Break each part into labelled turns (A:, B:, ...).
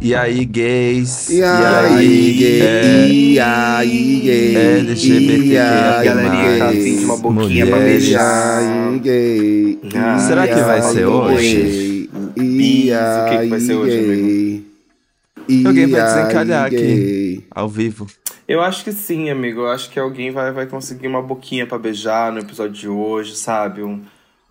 A: E aí, gays?
B: E aí, gay?
A: é,
B: E aí, gay?
A: LGBTQ+.
B: E aí,
C: Galerinha tá afim de uma
B: gays?
C: boquinha pra
A: mulheres.
B: E
C: beijar.
B: aí, gay?
C: Ah,
A: será que vai ser
C: hoje?
B: E
C: Isso, o que que vai ser hoje,
B: amigo?
A: Alguém vai desencalhar aqui. Ao vivo.
C: Eu acho que sim, amigo. Eu acho que alguém vai, vai conseguir uma boquinha pra beijar no episódio de hoje, sabe? Um,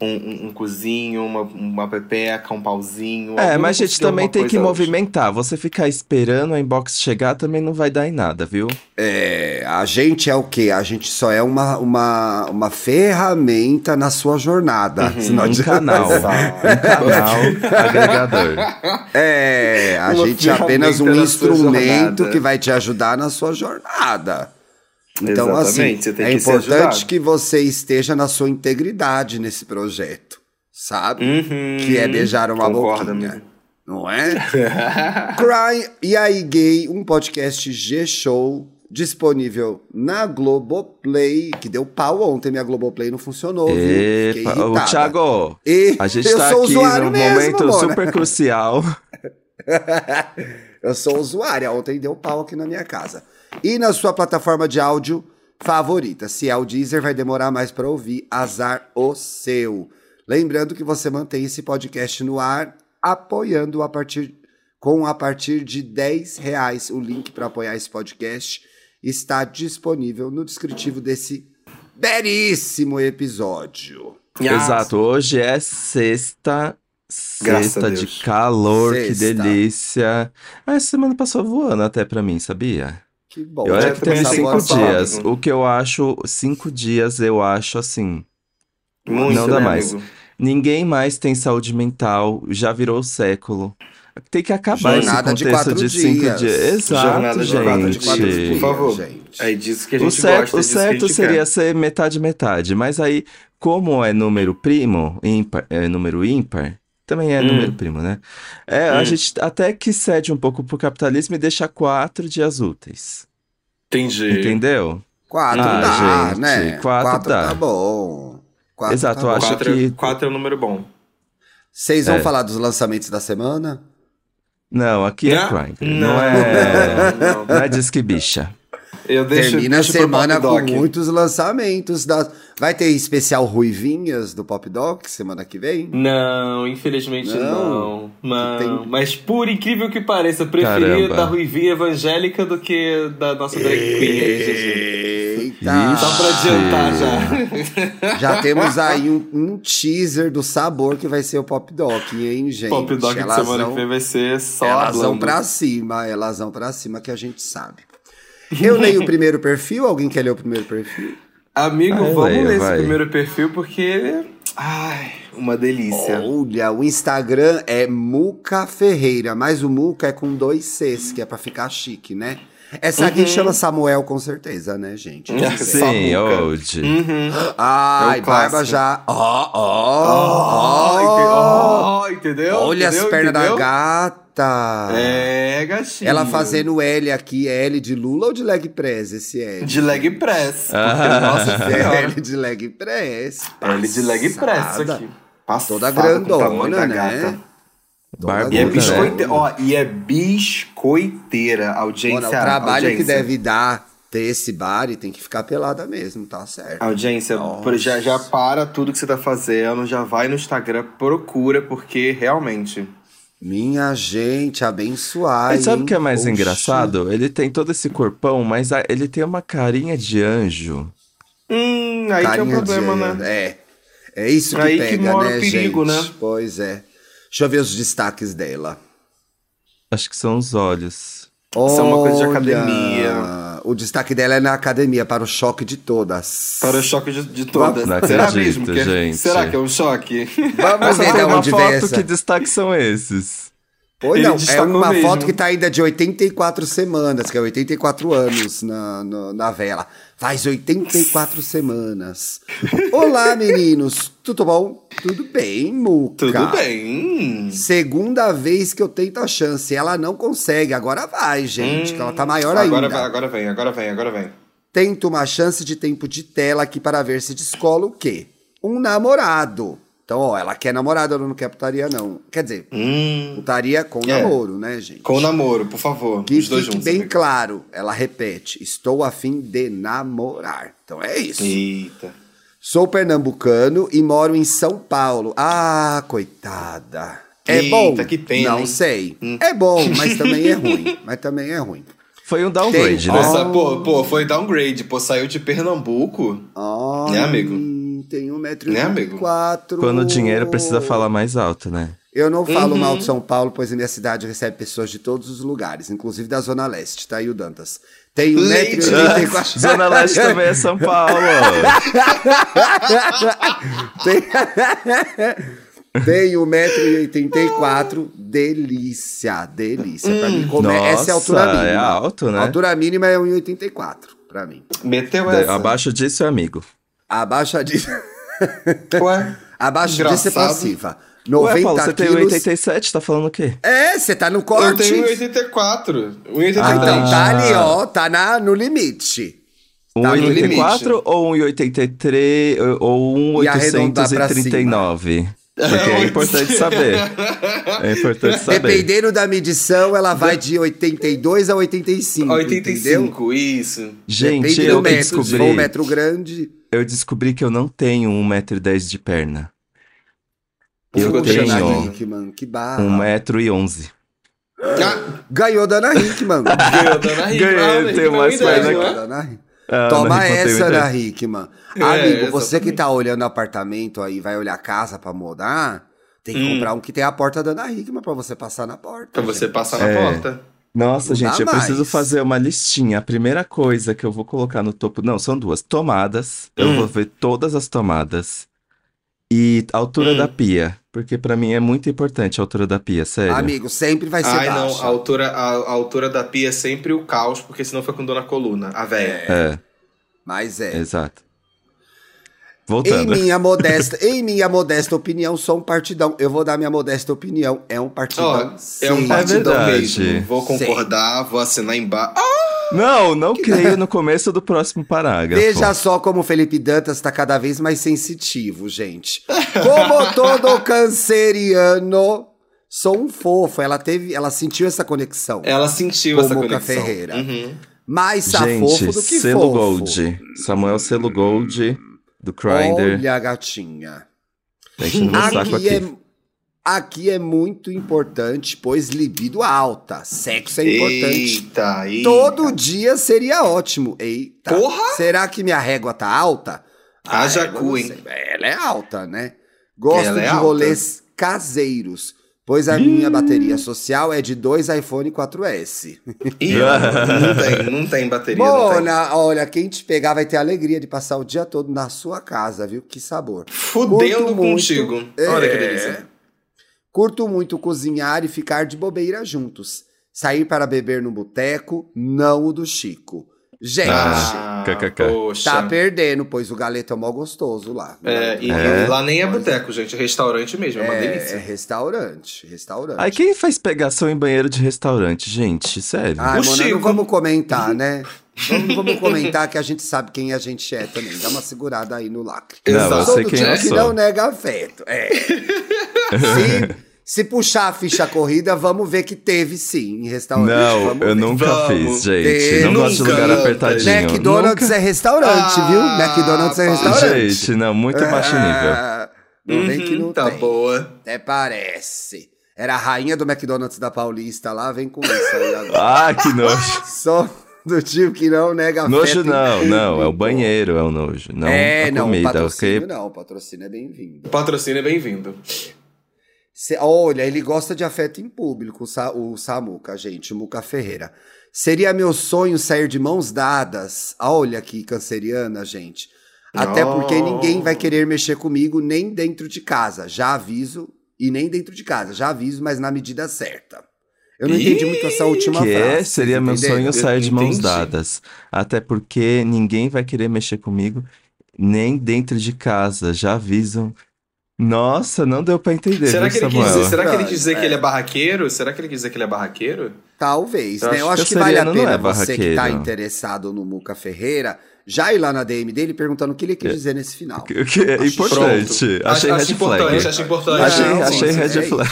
C: um, um- um cozinho, uma, uma pepeca, um pauzinho.
A: É,
C: Alguém
A: mas a gente
C: conseguiu
A: também
C: alguma
A: tem que
C: coisa hoje.
A: movimentar. Você ficar esperando a inbox chegar também não vai dar em nada, viu?
B: É, a gente é o quê? A gente só é uma, uma, uma ferramenta na sua jornada. Senão
A: Um
B: de-
A: canal. Um canal agregador.
B: É, a
C: Uma
B: gente é apenas um
C: ferramenta na sua
B: instrumento
C: jornada.
B: que vai te ajudar na sua jornada. Então,
C: Exatamente, você
B: assim,
C: tem
B: é
C: que ser
B: importante
C: ajudado.
B: que você esteja na sua integridade nesse projeto, sabe?
C: Uhum.
B: Que é beijar uma
C: Concordo,
B: boquinha.
C: amigo.
B: Não é? Cry e aí gay, um podcast G Show disponível na Globoplay, que deu pau ontem, minha Globoplay não funcionou, viu? Fiquei
A: Epa, ô,
B: irritada.
A: Thiago,
B: E
A: a gente
B: eu
A: tá
B: sou
A: aqui
B: usuário
A: num
B: mesmo,
A: momento
B: Mona.
A: super crucial.
B: Eu sou usuária, ontem deu pau aqui na minha casa. E na sua plataforma de áudio favorita. Se é o Deezer, vai demorar mais para ouvir. Azar o seu. Lembrando que você mantém esse podcast no ar, apoiando a partir com a partir de 10 reais. O link para apoiar esse podcast está disponível no descritivo desse belíssimo episódio.
A: Exato, hoje é sexta,
C: Graças a
A: sexta de
C: Deus.
A: calor, que
B: Sexta.
A: delícia. Ah, Essa semana passou voando até pra mim, sabia?
B: Que bom. né?
A: E olha
C: eu
A: que
C: também
A: teve
C: achei
A: cinco
C: que foi
A: dias.
C: rápido.
A: O que eu acho, cinco dias eu acho assim.
C: Muito,
A: Não dá
C: né,
A: mais.
C: amigo?
A: Ninguém mais tem saúde mental, já virou século. Tem que acabar
B: Jornada
A: Tá esse
B: de
A: contexto
B: quatro
A: de, cinco
B: dias.
A: dias. Exato,
C: Jornada de
A: gente.
C: quatro- de quatro
B: dias,
C: por favor.
B: gente.
C: É disso que a gente
A: O certo,
C: gosta.
A: o
C: disso que a
A: certo
C: gente
A: seria
C: quer.
A: ser metade metade, mas aí, como é número primo, ímpar, é número ímpar, também é
C: Hum.
A: número primo, né? É, a
C: Hum.
A: gente até que cede um pouco pro capitalismo e deixa quatro dias úteis. assim.
C: Entendi.
A: Entendeu?
B: Quatro
A: Ah,
B: dá,
A: gente,
B: né?
A: quatro dá.
B: tá bom. Quatro
A: Exato,
B: tá
A: eu
B: bom.
A: acho
C: Quatro, é-
A: que-
C: quatro é um número bom.
B: Vocês vão
A: É.
B: falar dos lançamentos da semana?
A: Não, aqui
C: Ah,
A: é crime. Não, é.
C: não,
A: Não
C: não.
A: é disque bicha.
C: Eu deixo,
B: Termina a
C: deixo pro
B: semana
C: Pop
B: com
C: Doc.
B: muitos lançamentos. Da... Vai ter especial Ruivinhas do Pop Doc semana que vem?
C: Não, infelizmente
B: Não.
C: não. Não.
B: Que tem-
C: Mas por incrível que pareça, eu preferia
A: Caramba.
C: da Ruivinha evangélica do que da nossa drag queen aí, gente.
B: Eita!
C: Só pra adiantar já.
B: Já temos aí um, um teaser do sabor que vai ser o Pop Doc, hein, gente?
C: Pop Doc de
B: Elas
C: semana
B: vão-
C: que vem vai ser só
B: Elas vão
C: hablando.
B: É, pra cima, elas vão pra cima que a gente sabe. Eu leio o primeiro perfil? Alguém quer ler o primeiro perfil?
C: Amigo,
A: Ah, eu
C: vamos
A: leio,
C: ler
A: vai.
C: esse primeiro perfil porque. Ai, uma delícia.
B: Olha, o Instagram é Muca Ferreira, mas o Muca é com dois Cs, que é pra ficar chique, né? Essa aqui
C: Uhum.
B: chama Samuel, com certeza, né, gente?
C: é
A: Sim,
C: Samuca.
A: old.
C: Uhum.
B: Ai,
C: É o clássico.
B: barba já. Ó, ó, ó.
C: Oh, entendeu?
B: Oh. Olha as
C: Entendeu?
B: pernas da
C: Entendeu?
B: gata.
C: É, gatinho.
B: Ela fazendo L aqui, é L de Lula ou de leg press esse L?
C: De leg press. porque,
A: Ah.
C: Nossa
B: É
C: senhora.
B: L de leg press.
C: Ele de leg press, isso
B: Passada.
C: aqui. Passada
B: Toda
C: com o
B: grandona,
C: tamanho da
B: né?
C: gata.
A: Barbuda, né?
C: E é
A: Puta,
C: biscoiteira. Ó, e é biscoiteira. Audiência.
B: Mano, o trabalho
C: audiência.
B: que deve dar ter esse bar e tem que ficar pelada mesmo, tá
C: Ah.
B: certo.
C: Audiência,
B: Nossa.
C: já, já para tudo que você tá fazendo, já vai no Instagram, procura, porque realmente.
B: Minha gente, abençoar.
A: Mas sabe o que é mais
B: Oxi.
A: engraçado? Ele tem todo esse corpão, mas a- ele tem uma carinha de anjo.
C: Hum, aí que é
B: Carinha
C: o problema,
B: de-
C: né?
B: É. É isso que
C: Aí que
B: pega,
C: mora
B: né,
C: o perigo,
B: gente?
C: né?
B: Pois é. Deixa eu ver os destaques dela.
A: Acho que são os olhos.
B: Olha,
C: São é uma coisa de academia.
B: O destaque dela é na academia, para o choque de todas.
C: Para o choque de, de todas.
A: Não
C: será
A: acredito,
C: mesmo? que é-
A: gente.
C: Será que é um choque?
B: Vamos
A: Mas
B: ver de
A: tem uma
B: onde vem
A: foto,
B: essa.
A: que destaques são esses?
B: Ou
C: Ele
B: não, é
C: destacou
B: uma
C: mesmo.
B: foto que tá ainda de 84 semanas, que é 84 anos na, no- na vela. Faz 84 semanas. Olá, meninos. Tudo bom? Tudo bem, Muca?
C: Tudo bem.
B: Segunda vez que eu tento a chance. Ela não consegue. Agora vai, gente. que ela tá maior
C: Hum, agora
B: ainda.
C: vai- agora vem, agora vem, agora vem.
B: Tento uma chance de tempo de tela aqui para ver se descola o quê? Um namorado. Então, ó, ela quer namorada, ela não quer putaria, não. Quer dizer,
C: Hum,
B: putaria com
C: É.
B: namoro, né, gente?
C: com o namoro, por favor.
B: Que
C: os dois
B: fique
C: juntos. né?
B: bem
C: amigo.
B: claro, ela repete, estou afim de namorar. Então é isso.
C: Eita.
B: Sou pernambucano e moro em São Paulo. Ah, coitada. É
C: Eita,
B: bom?
C: que pena,
B: Não
C: hein?
B: sei.
C: Hum.
B: É bom, mas também é ruim. Mas também é ruim.
A: Foi um downgrade,
B: Tem-
A: né?
C: Nossa, pô, pô, foi downgrade, pô, saiu de Pernambuco.
B: Ai,
C: Né, amigo?
B: Tem um metro
C: Né,
B: e
C: amigo?
B: quatro.
A: Quando o dinheiro precisa falar mais alto, né?
B: Eu não falo
C: Uhum.
B: mal de São Paulo, pois a minha cidade recebe pessoas de todos os lugares, inclusive da Zona Leste, tá aí o Dantas. Tem um metro
C: Leite.
B: e oitenta e quatro.
A: Zona Leste também é São Paulo.
B: Tem, tem 1,84m. Delícia, delícia. Pra mim, comer.
A: Nossa,
B: Essa é a altura mínima.
A: é alto, né?
B: A altura mínima é 1,84 pra mim.
C: Meteu
A: De-
C: essa.
A: Abaixo disso, é amigo.
B: Abaixo disso,
C: Ué,
B: abaixo
C: Engraçado.
B: disso é passiva.
A: Ué,
B: 90
A: Paulo, você tem um
B: quilos.
A: 87, tá falando o quê?
B: É, você tá
A: um
B: no
C: eu
B: corte.
C: tenho um 84.
B: Ah,
C: 1,83.
B: então tá ali, ó. Tá na, no limite. Tá no
A: 1,84 ou 1,83 eh, ou
B: E arredondar pra
A: 1,839? Porque é importante saber. É importante saber.
B: Dependendo da medição, ela vai de 82 a 85. 85.
C: 85, isso.
A: Gente,
B: Depende
A: eu
B: do
A: que
B: metro. Se for um
A: descobri,
B: metro grande.
A: eu descobri que eu não tenho 1,10m de perna. Eu
C: Ficou
A: tenho
B: Dana
C: treinado.
B: Hickman, que barra.
A: 1,11m.
C: Ah,
B: Ganhou da Ana Hickman.
C: ganhou, Dona Rita.
A: Ganhei,
C: Ah,
A: tem
C: Dona Rita,
A: mais
C: verdade,
A: perna
C: não é?
B: Ganhou da Ana Hickman.
A: Ah,
B: Toma
A: não, não tenho
B: essa, né?
A: ideia.
B: Ana Hickman.
C: É,
B: Amigo, você que
C: exatamente.
B: tá olhando apartamento aí, vai olhar casa pra morar, tem que
C: Hum.
B: comprar um que tem a porta da Ana Hickman pra você passar na porta.
C: Pra você
B: gente.
C: passar na
A: É.
C: porta.
A: Nossa,
B: Não dá
A: gente, eu preciso
B: mais.
A: fazer uma listinha. A primeira coisa que eu vou colocar no topo. Não, são duas. Tomadas. Eu
C: Hum.
A: vou ver todas as tomadas. E a altura
C: Hum.
A: da pia. Porque pra mim é muito importante a altura da pia, sério.
B: Amigo, sempre vai ser
C: Ai, não,
B: baixa.
C: a altura, a, a altura da pia é sempre o caos, porque senão foi com dor na coluna, a véia.
A: É,
B: Mas é.
A: exato.
B: Em
A: Voltando.
B: minha, modesta, em minha modesta opinião, sou um partidão. Eu vou dar minha modesta opinião. É um
C: Ó,
B: partidão.
C: é um
B: sim.
C: partidão
A: verdade.
C: mesmo. Vou
B: Sim.
C: concordar, vou assinar embaixo. Ah,
A: Não, não creio no começo do próximo parágrafo.
B: Veja só como o Felipe Dantas tá cada vez mais sensitivo, gente. Como todo canceriano, sou um fofo. Ela teve, ela sentiu essa conexão.
C: ela sentiu
B: Como
C: essa
B: Boca
C: conexão.
B: Ferreira.
C: Uhum.
B: Mais tá fofo
A: Gente,
B: do que
A: selo
B: fofo.
A: Gold. Samuel Selo Gold, do Grindr.
B: Olha, gatinha.
A: Tá enchendo meu saco
B: Aqui
A: aqui.
B: é, aqui é muito importante, pois libido é alta. Sexo é importante.
C: Eita, eita.
B: Todo tá. dia seria ótimo. Eita.
C: Porra!
B: Será que minha régua tá alta? A
C: Haja
B: régua,
C: cu,
B: Ah, não
C: hein?
B: sei. Ela é alta, né? Gosto
C: Ela é
B: de
C: alta.
B: rolês caseiros, pois a minha bateria social é de dois iPhone 4S.
C: Ih, não tem, não tem bateria. não tem.
B: Mona, olha, quem te pegar vai ter a alegria de passar o dia todo na sua casa, viu? Que sabor.
C: Fudendo
B: Curto muito.
C: contigo. Olha que
B: É.
C: delícia.
B: Curto muito cozinhar e ficar de bobeira juntos. Sair para beber no boteco, não o do Chico. Gente,
A: Ah, kkk.
C: poxa.
B: tá perdendo, pois o galeto é mó gostoso lá.
C: É, e,
A: É.
C: e lá nem é boteco, gente, é restaurante mesmo, é uma
B: É, é
C: delícia.
B: restaurante, restaurante.
A: Ai, quem faz pegação em banheiro de restaurante, gente? Sério.
B: Ai,
C: O
B: Ah, Mona,
C: Chico.
B: não vamos comentar, né? Vamos, vamos comentar que a gente sabe quem a gente é também. Dá uma segurada aí no lacre.
A: Não, eu
C: Exato.
A: sei
B: do
A: quem
B: tipo
A: eu
B: que
A: sou.
B: não nega afeto. É. se, se puxar a ficha corrida, vamos ver que teve sim em restaurante.
A: Não,
B: vamos
A: eu
B: ver.
A: nunca
C: Vamos.
A: fiz, gente.
B: Tem,
A: não gosto de
C: nunca,
A: lugar
C: nunca.
A: apertadinho.
B: McDonald's é restaurante,
C: Ah,
B: viu? McDonald's é
C: pá.
B: restaurante.
A: Gente, não,
B: É.
A: muito baixo nível.
B: Ah, Não vem que
C: Uhum,
B: não
C: tá
B: tem.
C: boa.
B: Até É, parece. Era a rainha do McDonald's da Paulista lá, vem com isso aí agora.
A: Ah, que nojo.
B: Só do tipo que não nega
A: Nojo
B: afeto em
A: não, não. É o
B: público.
A: banheiro, é o nojo. Não
B: é,
A: a
B: não,
A: comida,
B: patrocínio
A: ok?
B: não, patrocínio é bem-vindo.
C: Patrocínio é bem-vindo.
B: Cê- olha, ele gosta de afeto em público, o, Sa, o Samuca, gente, o Muca Ferreira. Seria meu sonho sair de mãos dadas. Olha que canceriana, gente. Até
C: Não.
B: porque ninguém vai querer mexer comigo nem dentro de casa. Já aviso, e nem dentro de casa, já aviso, mas na medida certa. Eu não entendi muito essa última
A: Que
B: frase.
A: é,
B: vocês
A: seria meu
B: entenderam?
A: sonho
C: Eu
A: sair de mãos
C: entendi.
A: dadas. Até porque ninguém vai querer mexer comigo, nem dentro de casa. Já avisam. Nossa, não deu pra entender,
C: Será
A: viu,
C: que, ele quis
A: Samuel?
C: dizer, será que ele quis dizer
B: É.
C: que ele é barraqueiro? Será que ele quis dizer que ele é barraqueiro?
B: Talvez,
C: Eu
B: né? Eu
A: acho que
B: acho que vale a
A: Canceriano não
B: pena
A: é
B: você que tá
A: barraqueiro.
B: interessado no Muca Ferreira já ir lá na DM dele perguntando o que ele
A: É.
B: quis dizer nesse final.
A: O que é importante.
D: Pronto.
A: Achei
D: Acho-
A: red
D: acho importante,
A: flag.
D: acho importante.
A: Achei,
B: Não,
A: achei
B: sim,
A: red
B: é
A: flag.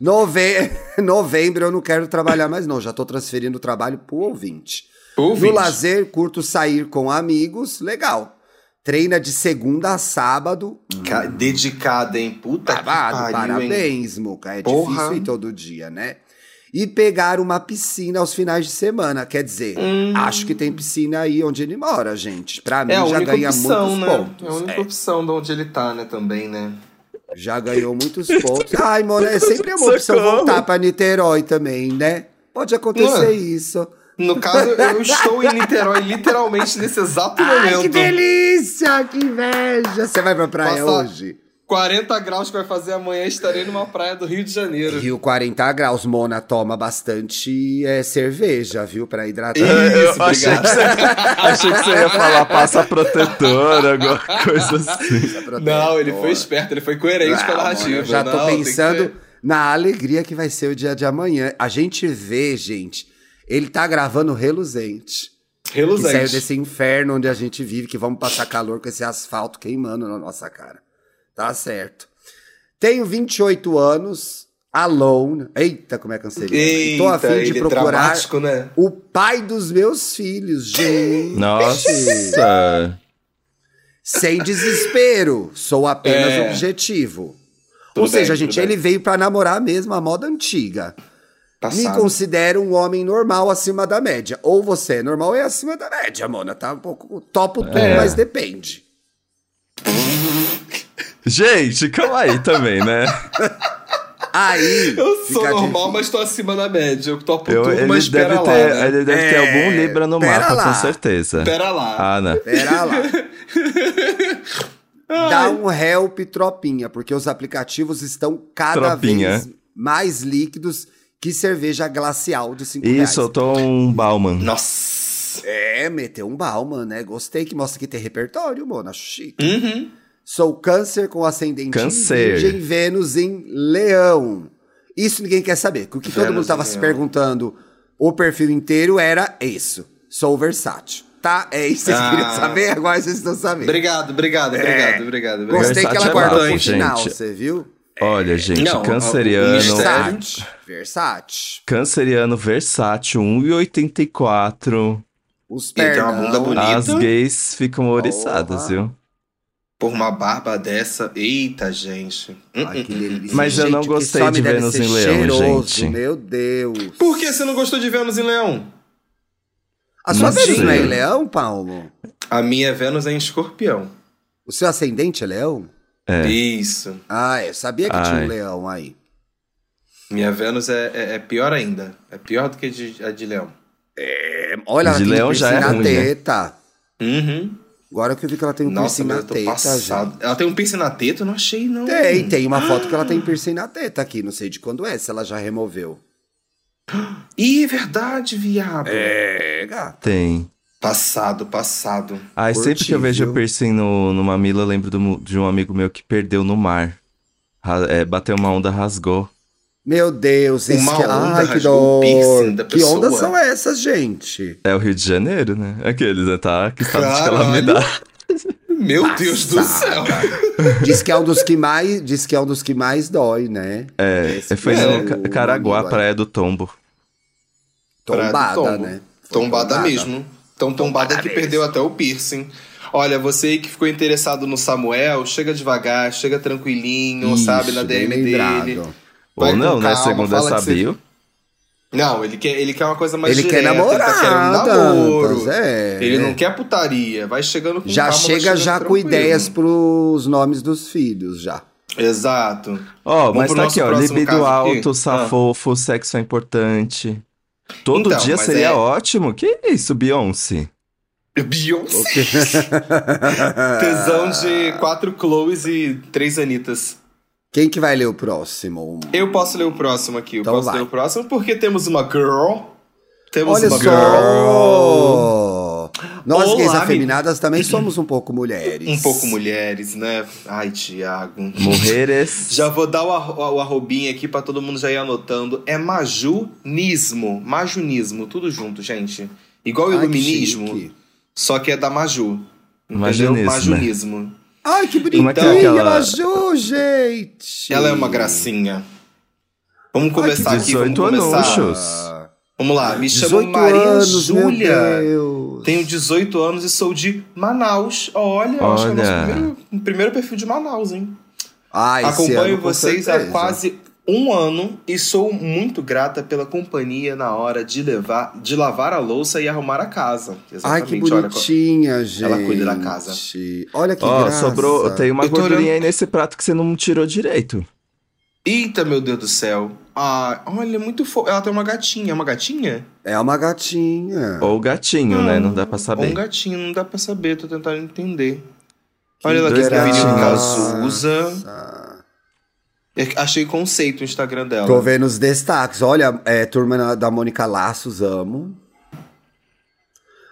B: Nove... Novembro eu não quero trabalhar mais, não. Já tô transferindo o trabalho pro ouvinte.
C: Ouvinte.
B: No lazer, curto sair com amigos, legal. Treina de segunda a sábado.
C: Ca- Dedicada, hein? Puta
B: Babado,
C: que pariu, hein?
B: parabéns, Muca. É
C: Porra.
B: difícil ir todo dia, né? E pegar uma piscina aos finais de semana. Quer dizer,
C: Hum.
B: acho que tem piscina aí onde ele mora, gente. Pra mim,
C: É a
B: já
C: única
B: ganha
C: opção,
B: muitos
C: né?
B: pontos.
C: É a única
B: É,
C: opção de onde ele tá, né? Também, né?
B: já ganhou muitos pontos. Ai, mano, é sempre uma opção
A: Socorro.
B: voltar pra Niterói também, né? Pode acontecer
C: Ué.
B: isso.
C: No caso, eu estou em Niterói literalmente nesse exato
B: Ai, que
C: momento.
B: delícia! Que inveja! Você vai pra praia
C: Passa-
B: hoje?
C: 40 graus que vai fazer amanhã, estarei numa praia do Rio de Janeiro.
B: Rio 40 graus, Mona toma bastante é, cerveja, viu? Pra hidratar.
C: Isso,
A: Eu achei que,
C: obrigado.
A: você, achei que você ia falar passa protetor, alguma coisa assim.
C: Não, ele foi esperto, ele foi coerente com
B: Não,
C: a narrativa.
B: eu já tô
C: Não, tem que
B: pensando
C: ser-
B: na alegria que vai ser o dia de amanhã. A gente vê, gente, ele tá gravando reluzente. Que saiu
C: Reluzente.
B: desse inferno onde a gente vive, que vamos passar calor com esse asfalto queimando na nossa cara. Tá certo. Tenho 28 anos, alone. Eita, como é canceriano. E
C: Eita,
B: Tô a fim de
C: ele é
B: procurar
C: dramático, né?
B: o pai dos meus filhos, gente.
A: Nossa.
B: Sem desespero, sou apenas
C: É.
B: objetivo.
C: Tudo
B: Ou seja,
C: bem,
B: gente,
C: tudo bem.
B: ele veio pra namorar mesmo a moda antiga. Me
C: Passado.
B: considero um homem normal acima da média. Ou você é normal e é acima da média, Mona. Tá um pouco topo tudo,
A: É.
B: mas depende.
A: Gente, calma aí também, né?
B: Aí.
C: Eu sou
B: fica
C: normal,
B: difícil.
C: mas tô acima da média. Eu topo
A: Eu-
C: tudo, mas
A: ele, deve
C: espera lá.
A: ter,
C: né?
A: ele deve ter
B: É,
A: algum Libra no
B: pera
A: mapa,
B: lá.
A: com certeza.
C: Pera lá.
A: Ah, não.
B: Pera lá. Dá um help, tropinha, porque os aplicativos estão cada
A: Tropinha.
B: vez mais líquidos que cerveja glacial de 5
A: Ih,
B: reais.
A: soltou um Bauman.
C: Nossa.
B: É, meteu um Bauman, né? Gostei que mostra que tem repertório, mano. Acho chique.
C: Uhum.
B: Sou câncer com ascendente
A: Câncer.
B: em virgem, Vênus em leão. Isso ninguém quer saber. que O que todo
C: Vênus
B: mundo tava
C: em
B: se
C: Leão.
B: perguntando o perfil inteiro era isso. Sou versátil. Tá? É isso que vocês
C: Ah.
B: queriam saber? Agora vocês estão sabendo.
C: Obrigado, obrigado, obrigado, obrigado. obrigado.
B: Gostei que
A: Versátil
B: ela
A: é
B: guardou
A: brabo,
B: pro final,
A: gente. é?
B: você viu?
A: Olha, gente,
C: Não, o- o
A: canceriano.
C: mistério-
B: Versátil. Versátil.
A: Canceriano versátil, 1,84.
B: Os
C: E tem
B: pés.
C: uma bunda bonita.
A: As gays ficam oriçadas,
B: Porra.
A: viu?
C: Por uma barba dessa. Eita, gente. Hum, hum.
A: Mas eu não gostei de Vênus em Leão, gente.
B: Meu Deus.
C: Por que você não gostou de Vênus em Leão?
B: A sua
A: Não
B: Vênus não é
A: sei.
B: em Leão, Paulo?
C: A minha Vênus é em escorpião.
B: O seu ascendente é Leão?
A: É.
C: Isso.
B: Ah, é. Sabia que tinha
A: Ai.
B: um leão aí.
C: Minha Vênus é, é- é pior ainda. É pior do que de- a de Leão.
B: É, olha, ela
A: De
B: tem
A: leão
B: piercing
A: já é
B: na
A: ruim, né?
B: teta.
C: Uhum.
B: Agora que eu vi que ela tem um
C: Nossa,
B: piercing
C: mas
B: na
C: eu tô
B: teta,
C: passado. Ela tem um piercing na teta? Eu não achei, não.
B: já. Tem, tem uma foto que ela tem piercing na teta aqui. Não sei de quando é, se ela já removeu.
C: Ih, é verdade, viado.
B: É, gato.
A: Tem.
C: Passado, passado.
A: Aí sempre que eu
B: Curti,
A: vejo
B: viu?
A: piercing no, no mamilo, eu lembro do mu- de um amigo meu que perdeu no mar. Ra- é, bateu uma onda, rasgou.
B: Meu Deus,
C: Uma
B: isso que...
C: onda
B: Ai, que
C: rasgou o
B: dor.
C: piercing da
B: Que ondas
C: pessoa.
B: são essas, gente?
A: É o Rio de Janeiro, né? Aqueles, né? Tá, que estado de
C: Caralho.
A: calamidade.
C: Meu Deus do céu.
B: Passada. Diz que é um dos que mais, diz que é um dos que mais dói, né?
A: É,
B: Esse
A: foi
B: que é
A: no
B: o
A: Ca- Caraguá,
B: mamilo aí.
A: Praia do Tombo.
C: Praia do
B: Tombada,
C: Tombo.
B: né? Foi
C: Tombada mesmo. Tão tombada que
B: mesmo.
C: perdeu até o piercing. Olha, você aí que ficou interessado no Samuel, chega devagar, chega tranquilinho,
B: Isso,
C: sabe, na
B: bem
C: DM dele.
B: lembrado.
A: Ou
C: Vai
A: não,
C: com
A: né?
C: calma,
A: Segundo
C: fala
A: essa
C: que você-
A: bio.
C: Não, ele quer, ele quer uma coisa mais
B: ele
C: direta,
B: quer namorar,
C: ele tá querendo namoro.
B: Dantas, é.
C: Ele não quer putaria, vai chegando com
B: Já
C: calma, vai
B: chega
C: chegando
B: já com
C: tranquilo.
B: ideias pros nomes dos filhos, já.
C: Exato.
A: Ó,
C: Vamos
A: mas
C: pro
A: tá aqui,
C: nosso
A: ó.
C: próximo
A: Libido
C: caso aqui? Ah.
A: alto, safofo, sexo é importante. Todo
C: Então,
A: dia
C: mas
A: seria
C: é-
A: ótimo. Que isso, Beyoncé?
C: Beyoncé. Tesão de quatro Chloes e três Anitas.
B: Quem que vai ler o próximo?
C: Eu posso ler o próximo aqui. Eu
B: Então
C: posso
B: vai.
C: ler o próximo porque temos uma girl. Temos
B: Olha
C: uma girl.
B: só! Nós gays
C: Olá, menino.
B: afeminadas também somos um pouco mulheres.
C: Um pouco mulheres, né? Ai, Tiago.
A: Morreres.
C: Já vou dar o, arro- o arrobinha aqui pra todo mundo já ir anotando. É majunismo. Majunismo, tudo junto, gente. Igual
B: Ai, que
C: iluminismo.
B: chique. né?
C: Só que é da Maju. Entendeu?
A: Majunismo,
C: Majunismo.
B: Ai, que
A: Como
B: bonitinha,
A: é que é aquela-
B: Maju, gente!
C: Ela é uma gracinha. Vamos começar aqui, vamos
A: 18
C: começar.
A: anúncios.
C: Vamos lá, me chamo
B: 18
C: Maria
B: anos, meu
C: Júlia.
B: Deus.
C: Tenho 18 anos e sou de Manaus. Olha, acho que é o nosso
A: Olha.
C: primeiro, primeiro perfil de Manaus, hein?
B: Ah, esse
C: Acompanho
B: ano, com
C: vocês há
B: certeza.
C: quase um ano e sou muito grata pela companhia na hora de levar, de lavar a louça e arrumar a casa.
B: Ai, que
C: olha,
B: bonitinha, gente.
C: Ela cuida da casa.
B: Olha que
A: Ó,
B: graça.
A: sobrou. Tem uma
C: Eu tô
A: gordurinha
C: olhando-
A: aí nesse prato que você não tirou direito.
C: Eita, meu Deus do céu. Ah, olha, é muito fofo. Ela tem uma gatinha. É uma gatinha?
B: É uma gatinha.
A: Ou o gatinho, né? Não dá pra
B: Tá
C: Ou um
A: saber.
C: gatinho, não dá pra saber, tô tentando entender.
B: Que
C: olha ela aqui,
A: dois
C: escrevendo em
A: gatinhos.
C: Cazuza.
B: Nossa.
C: Eu Achei conceito o Instagram dela.
B: Tá. Tô vendo os destaques. Olha, é, turma na- da Mônica Laços, amo.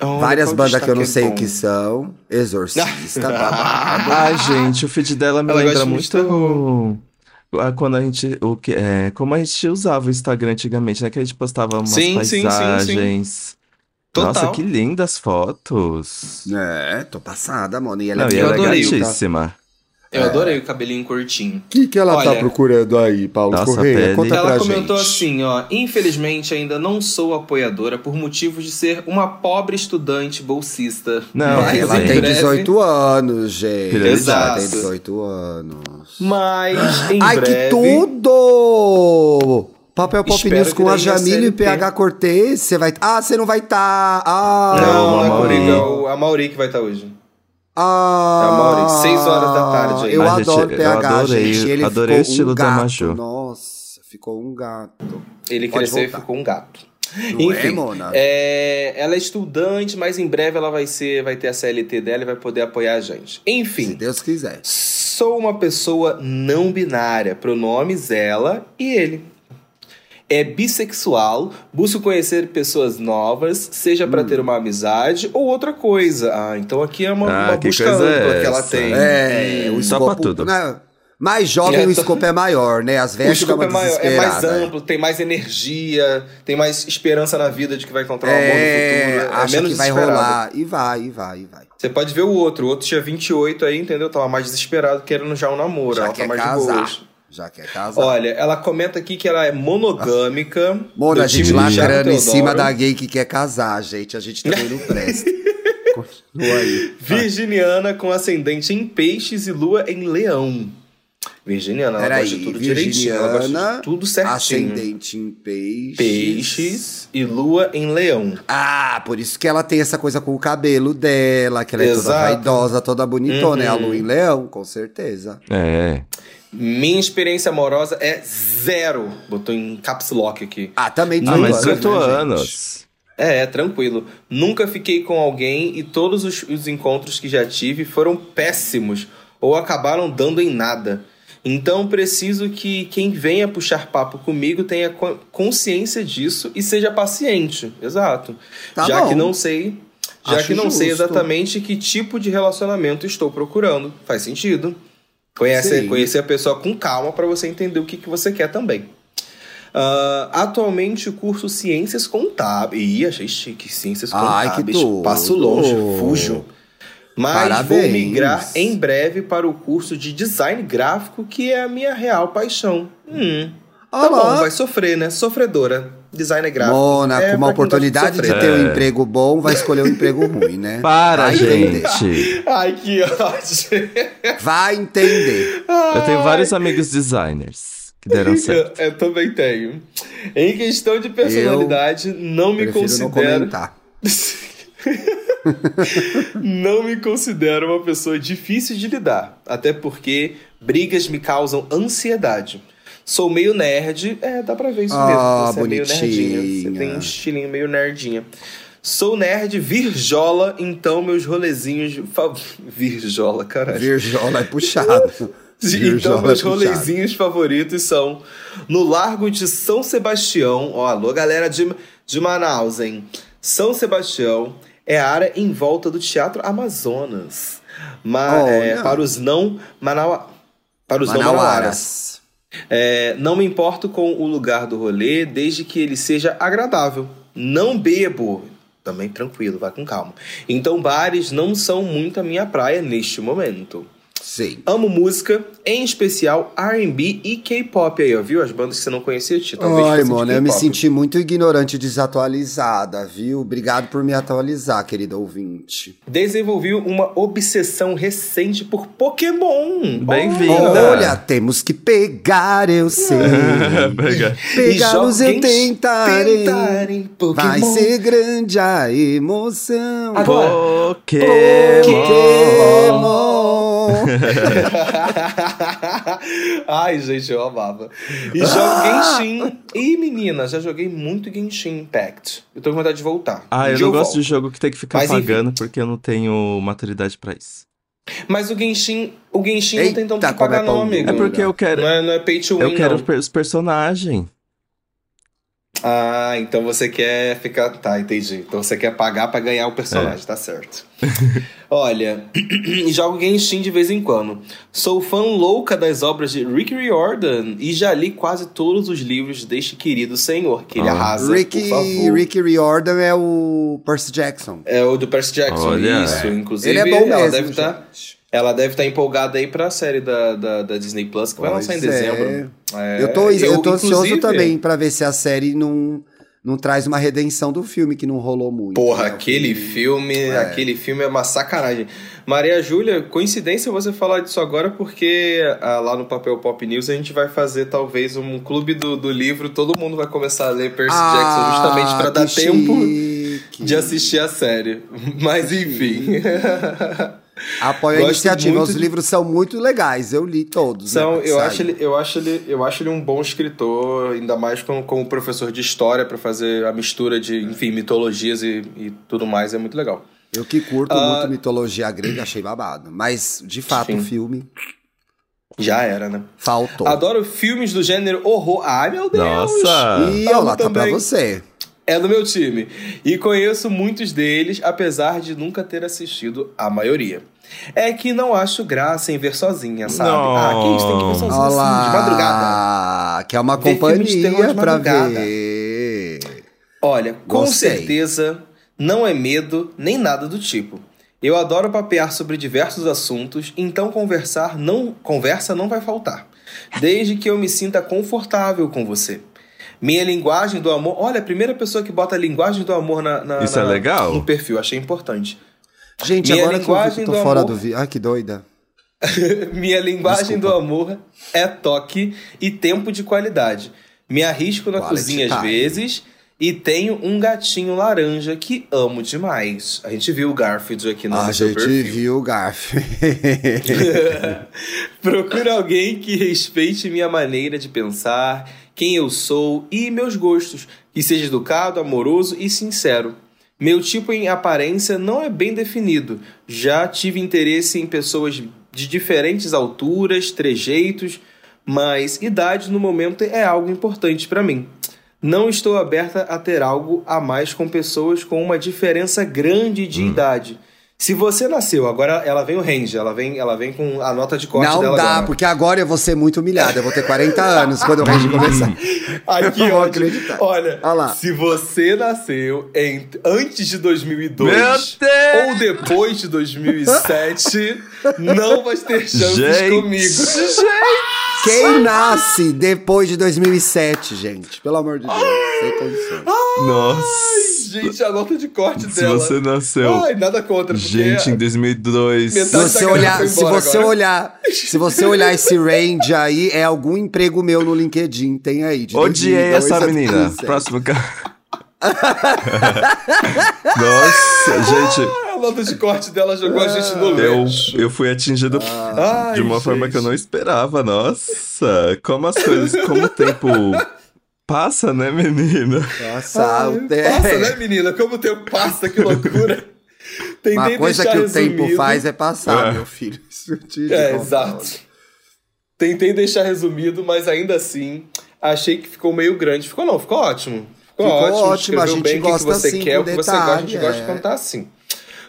C: Olha,
B: Várias
C: qual
B: bandas que eu não
C: destaque é
B: sei o
C: bom.
B: que são. Exorcista, babado.
A: Ai, gente, o feed dela me
C: Ela
A: lembra
C: gosta de
A: muito a- quando a gente. O que, é, como a gente usava o Instagram antigamente, né? Que a gente postava umas
C: Sim, sim, sim, sim.
A: paisagens. Nossa,
C: Total.
A: que lindas fotos.
B: É, tô passada, mano. E ela
A: Não,
B: é
A: e
C: eu
A: ela é
C: adorei o-
A: gatíssima.
C: Eu adorei o cabelinho curtinho.
B: O que, que ela tá
C: Olha.
B: procurando aí, Paulo
A: Nossa,
B: Correia?
A: pele.
B: Conta
C: Ela
B: pra
C: comentou
B: gente.
C: assim, ó, infelizmente ainda não sou apoiadora por motivos de ser uma pobre estudante bolsista.
A: Não,
C: Mas
B: Ela
C: em
B: tem
C: breve-
B: 18 anos, gente. Ela
A: Exato.
B: tem 18 anos.
C: Mas em
B: Ai, que
C: breve,
B: tudo! Papel Pop
C: Espero
B: News
C: que
B: com a
C: daí
B: Jamile e
C: SLT.
B: PH Cortez. Você vai. Ah, você não vai estar. Ah,
C: Não,
A: Não,
C: não é
A: a Mauri.
C: comigo, é o- a Mauri que vai estar hoje.
B: Ah,
C: É a Mauri, seis horas da tarde aí.
B: Eu
A: Ah, gente,
B: adoro
A: eu
B: PH,
A: adorei-
B: gente. Ele
A: adorei
B: ficou
A: o estilo
B: um
A: da
B: gato.
A: Maju.
B: Nossa, ficou um gato.
C: Ele
B: Pode
C: cresceu
B: voltar.
C: e ficou um gato.
B: Não é,
C: Enfim,
B: Mona?
C: é, ela é estudante, mas em breve ela vai ser, vai ter a CLT dela e vai poder apoiar a gente.
B: Se
C: Enfim,
B: Deus quiser.
C: Sou uma pessoa não binária, pronomes ela e ele. É bissexual, busco conhecer pessoas novas, seja
B: Hum.
C: pra ter uma amizade ou outra coisa. Ah, então aqui é uma,
A: Ah,
C: uma
A: que
C: busca
A: coisa é
C: ampla que ela
A: essa?
C: tem.
B: É, o
A: Só
B: escopo-
A: pra tudo.
B: né? Mais jovem,
C: É,
B: o
C: tô-
B: escopo é maior, né? As
C: O
B: velhas ficam
C: escopo é, maior, é mais
B: desesperadas.
C: amplo, tem mais energia, tem mais esperança na vida de que vai encontrar um amor
B: É,
C: no futuro. É
B: acha
C: menos
B: que vai
C: desesperado.
B: rolar. E vai, e vai, e vai.
C: Você pode ver o outro. O outro tinha 28 aí, entendeu? Tava mais desesperado, querendo já um namoro.
B: Já
C: ela tá
B: quer
C: mais de
B: casar.
C: boas.
B: Já é quer casar.
C: Olha, ela comenta aqui que ela é monogâmica.
B: Mona,
C: do
B: a gente
C: time do Thiago
B: lacrando em
C: Teodoro,
B: cima da gay que quer casar, gente. A gente também não presta. Continua aí.
C: Virginiana com ascendente em peixes e lua em leão. Virginiana, ela
B: Peraí,
C: gosta de tudo direitinho. Ela gosta
B: Virginiana,
C: de tudo certinho.
B: Ascendente em peixes.
C: Peixes e lua em leão.
B: Ah, por isso que ela tem essa coisa com o cabelo dela, que ela é toda
C: Exato.
B: vaidosa, toda bonitona. É a
C: Uhum.
B: lua em leão, com certeza.
A: É.
C: Minha experiência amorosa é zero. Botou em caps lock aqui.
B: Ah, também
A: Ah,
C: Não,
A: mas
C: mas-
A: 18
B: né, gente?
A: anos.
C: É, é, tranquilo. Nunca fiquei com alguém e todos os, os encontros que já tive foram péssimos ou acabaram dando em nada. Então preciso que quem venha puxar papo comigo tenha co- consciência disso e seja paciente. Exato.
B: Tá
C: já
B: bom.
C: que não sei, já
B: Acho
C: que não sei
B: justo.
C: exatamente que tipo de relacionamento estou procurando. Faz sentido. Conhece,
B: Sim.
C: conhecer a pessoa com calma para você entender o que, que você quer também. Ah, atualmente curso Ciências Contábeis. Ih, achei chique. Ciências
B: Ai, que
C: Contábeis.
B: tudo.
C: Passo longe, fujo. Mas vou
B: Parabéns.
C: migrar em breve para o curso de Design Gráfico, que é a minha real paixão. Hum,
B: Olha
C: tá
B: lá.
C: bom, vai sofrer, né? Sofredora. Design gráfico.
B: Mona,
C: É,
B: com uma
C: pra quem gosta de
B: oportunidade de
C: sofrer.
B: ter um
A: É.
B: emprego bom, vai escolher um emprego ruim, né?
A: Para,
B: Vai entender.
A: gente.
C: Ai, que ódio.
B: Vai entender.
A: Eu tenho vários amigos designers que deram certo.
C: Ah, Eu, eu também tenho. Em questão de personalidade, não me
B: Prefiro não
C: considero.
B: comentar.
C: Não me considero uma pessoa difícil de lidar, até porque brigas me causam ansiedade. Sou meio nerd, é, dá pra ver isso
B: Ah,
C: mesmo. Você é meio nerdinha.
B: bonitinha.
C: Você tem um estilinho meio nerdinha. Sou nerd virjola, então meus rolezinhos. fa- Virjola, caralho.
B: Virjola é puxado.
C: Então,
B: Virjola
C: meus
B: é puxado.
C: rolezinhos favoritos são no Largo de São Sebastião. Ó, alô, galera de, de Manaus, hein? São Sebastião é a área em volta do Teatro Amazonas. Ma-
B: Olha.
C: é, para os não Manaua... Para os não manauaras.
B: Manauaras.
C: É, não me importo com o lugar do rolê, desde que ele seja agradável. Não bebo. também tranquilo, vai com calma. Então, bares não são muito a minha praia neste momento.
B: Sim.
C: Amo música, em especial R&B e K-pop aí, ó, viu? As bandas que você não conhecia, Ti, talvez
B: Ai,
C: fosse de
B: mano, eu me
C: K-pop.
B: senti muito ignorante e desatualizada, viu? Obrigado por me atualizar, querida ouvinte.
C: Desenvolvi uma obsessão recente por Pokémon.
A: Bem-vindo. Linda.
B: Olha, temos que pegar, eu sei.
A: Obrigado.
B: Pegá-los eu
C: joguem-
B: tentarei.
C: Tentarem Pokémon.
B: Vai ser grande a emoção.
C: Agora-
A: Pokémon.
B: Pokémon.
C: Ai, gente, eu amava. E
B: Ah!
C: jogo Genshin. Ih, menina, já joguei muito Genshin Impact. Eu tô com vontade de voltar. Um
A: Ah, eu
C: dia
A: não gosto de
C: volto.
A: jogo que tem que ficar
C: Mas enfim.
A: pagando porque eu não tenho maturidade pra isso.
C: Mas o Genshin, o Genshin não tem tanto
B: Eita,
C: que pagar,
B: como é
C: não,
B: pau duro.
C: amigo.
A: É porque eu quero.
C: Não é, não é pay to win,
A: Eu quero
C: não.
A: os personagens.
C: Ah, então você quer ficar. Tá, entendi. Então você quer pagar pra ganhar o
A: É.
C: personagem, tá certo. Olha, jogo Genshin de vez em quando. Sou fã louca das obras de Rick Riordan e já li quase todos os livros deste querido senhor, que ele
A: Ah.
C: arrasa. por
B: Ricky,
C: favor.
B: Ricky Riordan é o Percy Jackson.
C: É o do Percy Jackson,
A: Olha.
C: isso. Inclusive,
B: Ele é bom
C: ela
B: mesmo,
C: deve tá,
B: gente.
C: ela deve estar empolgada aí pra série da, da, da Disney Plus, que vai
B: Pois
C: lançar em
B: é.
C: dezembro. É,
B: eu tô, eu tô ansioso
C: inclusive,
B: também pra ver se a série não, não traz uma redenção do filme que não rolou muito.
C: Porra,
B: né?
C: aquele filme, aquele filme é uma sacanagem. Maria Júlia, coincidência você falar disso agora, porque ah, lá no Papel Pop News a gente vai fazer talvez um clube do, do livro, todo mundo vai começar a ler Percy
B: Ah,
C: Jackson justamente pra dar tempo de assistir a série. Mas enfim.
B: Apoio a
C: Gosto
B: iniciativa.
C: muito
B: Os
C: de-
B: livros são muito legais, eu li todos. né,
C: São,
B: quando
C: eu,
B: saiu.
C: acho ele, eu, acho ele, eu acho ele um bom escritor, ainda mais como, como professor de história, pra fazer a mistura de, enfim, mitologias e, e tudo mais, é muito legal.
B: Eu que curto
C: Ah.
B: muito mitologia grega, achei babado. Mas, de fato,
C: Sim.
B: o filme
C: Já era, né?
B: faltou.
C: Adoro filmes do gênero horror. Ai, meu Deus!
A: Nossa!
B: E
C: Amo
B: olha lá, tá pra
C: Ah. também.
B: você.
C: É do meu time. E conheço muitos deles, apesar de nunca ter assistido a maioria. É que não acho graça em ver sozinha, sabe?
A: Não.
C: Ah, que isso, tem que ver sozinha
B: Olha
C: assim, de madrugada.
B: lá, que é uma
C: Ver filme de terror de
B: companhia pra
C: madrugada.
B: ver.
C: Olha, com
B: Gostei.
C: certeza não é medo nem nada do tipo. Eu adoro papear sobre diversos assuntos, então conversar não conversa não vai faltar, desde que eu me sinta confortável com você. Minha linguagem do amor, olha, a primeira pessoa que bota a linguagem do amor na, na-
A: Isso é
C: na-
A: legal?
C: no perfil, achei importante.
B: Gente,
C: Minha
B: agora que eu vi que
C: linguagem
B: eu tô
C: do
B: fora
C: amor.
B: do vídeo. Ai, que doida.
C: Minha linguagem
B: Desculpa.
C: do amor é toque e tempo de qualidade. Me arrisco na
B: Quality
C: cozinha às
B: time.
C: vezes e tenho um gatinho laranja que amo demais. A gente viu o Garfield aqui no
B: a
C: seu
B: Ah, gente
C: perfil.
B: viu o Garf.
C: Procuro alguém que respeite minha maneira de pensar, quem eu sou e meus gostos, que seja educado, amoroso e sincero. Meu tipo em aparência não é bem definido. Já tive interesse em pessoas de diferentes alturas, trejeitos, mas idade no momento é algo importante para mim. Não estou aberta a ter algo a mais com pessoas com uma diferença grande de idade. Se você nasceu, agora ela vem o range, ela vem, ela vem com a nota de corte
B: Não
C: dela
B: dá,
C: agora.
B: porque agora eu vou ser muito humilhado. Eu vou ter 40 anos quando o range começar.
C: Aqui,
B: Eu não vou
C: ó,
B: acreditar.
C: Olha,
B: Olha lá.
C: se você nasceu em- antes de 2002
A: Meu Deus!
C: ou depois de 2007, não vai ter chances comigo.
B: Quem nasce depois de 2007, gente? Pelo amor de Deus. Sem condições.
A: Nossa!
C: Gente, a nota de corte
A: Se
C: dela.
A: você nasceu.
C: Ai, nada contra, porque
A: Gente, em 2002.
B: Se
C: é Metade-
B: você
C: Essa galera
B: olhar,
C: foi
B: se
C: embora
B: você
C: agora.
B: olhar, se você olhar esse range aí, é algum emprego meu no LinkedIn, tem aí. de
C: é
A: Odiei
B: 2002
A: essa
B: a
A: menina.
B: 2007.
A: Próximo cara. Nossa, gente,
C: a nota de corte dela jogou a gente no
A: eu,
C: lixo.
A: eu fui atingido
C: Ai,
A: de uma
C: gente.
A: forma que eu não esperava. Nossa, como as coisas, como o tempo passa, né, menina?
B: Nossa, Tá,
C: Ai,
B: o te-
C: Passa, né, menina? Como o tempo passa, que loucura. Tentei
B: Uma coisa
C: deixar
B: que o
C: resumido.
B: tempo faz é passar,
A: É.
B: meu filho. Isso eu te digo.
C: É, exato. Tentei deixar resumido, mas ainda assim, achei que ficou meio grande. Ficou não, ficou ótimo. Ficou,
B: Ficou
C: ótimo,
B: ótimo, a
C: escreveu
B: gente
C: bem o que que
B: gosta
C: você
B: assim,
C: quer,
B: com
C: o que você gosta, a
B: detalhe,
C: gente gosta de
B: é.
C: cantar assim.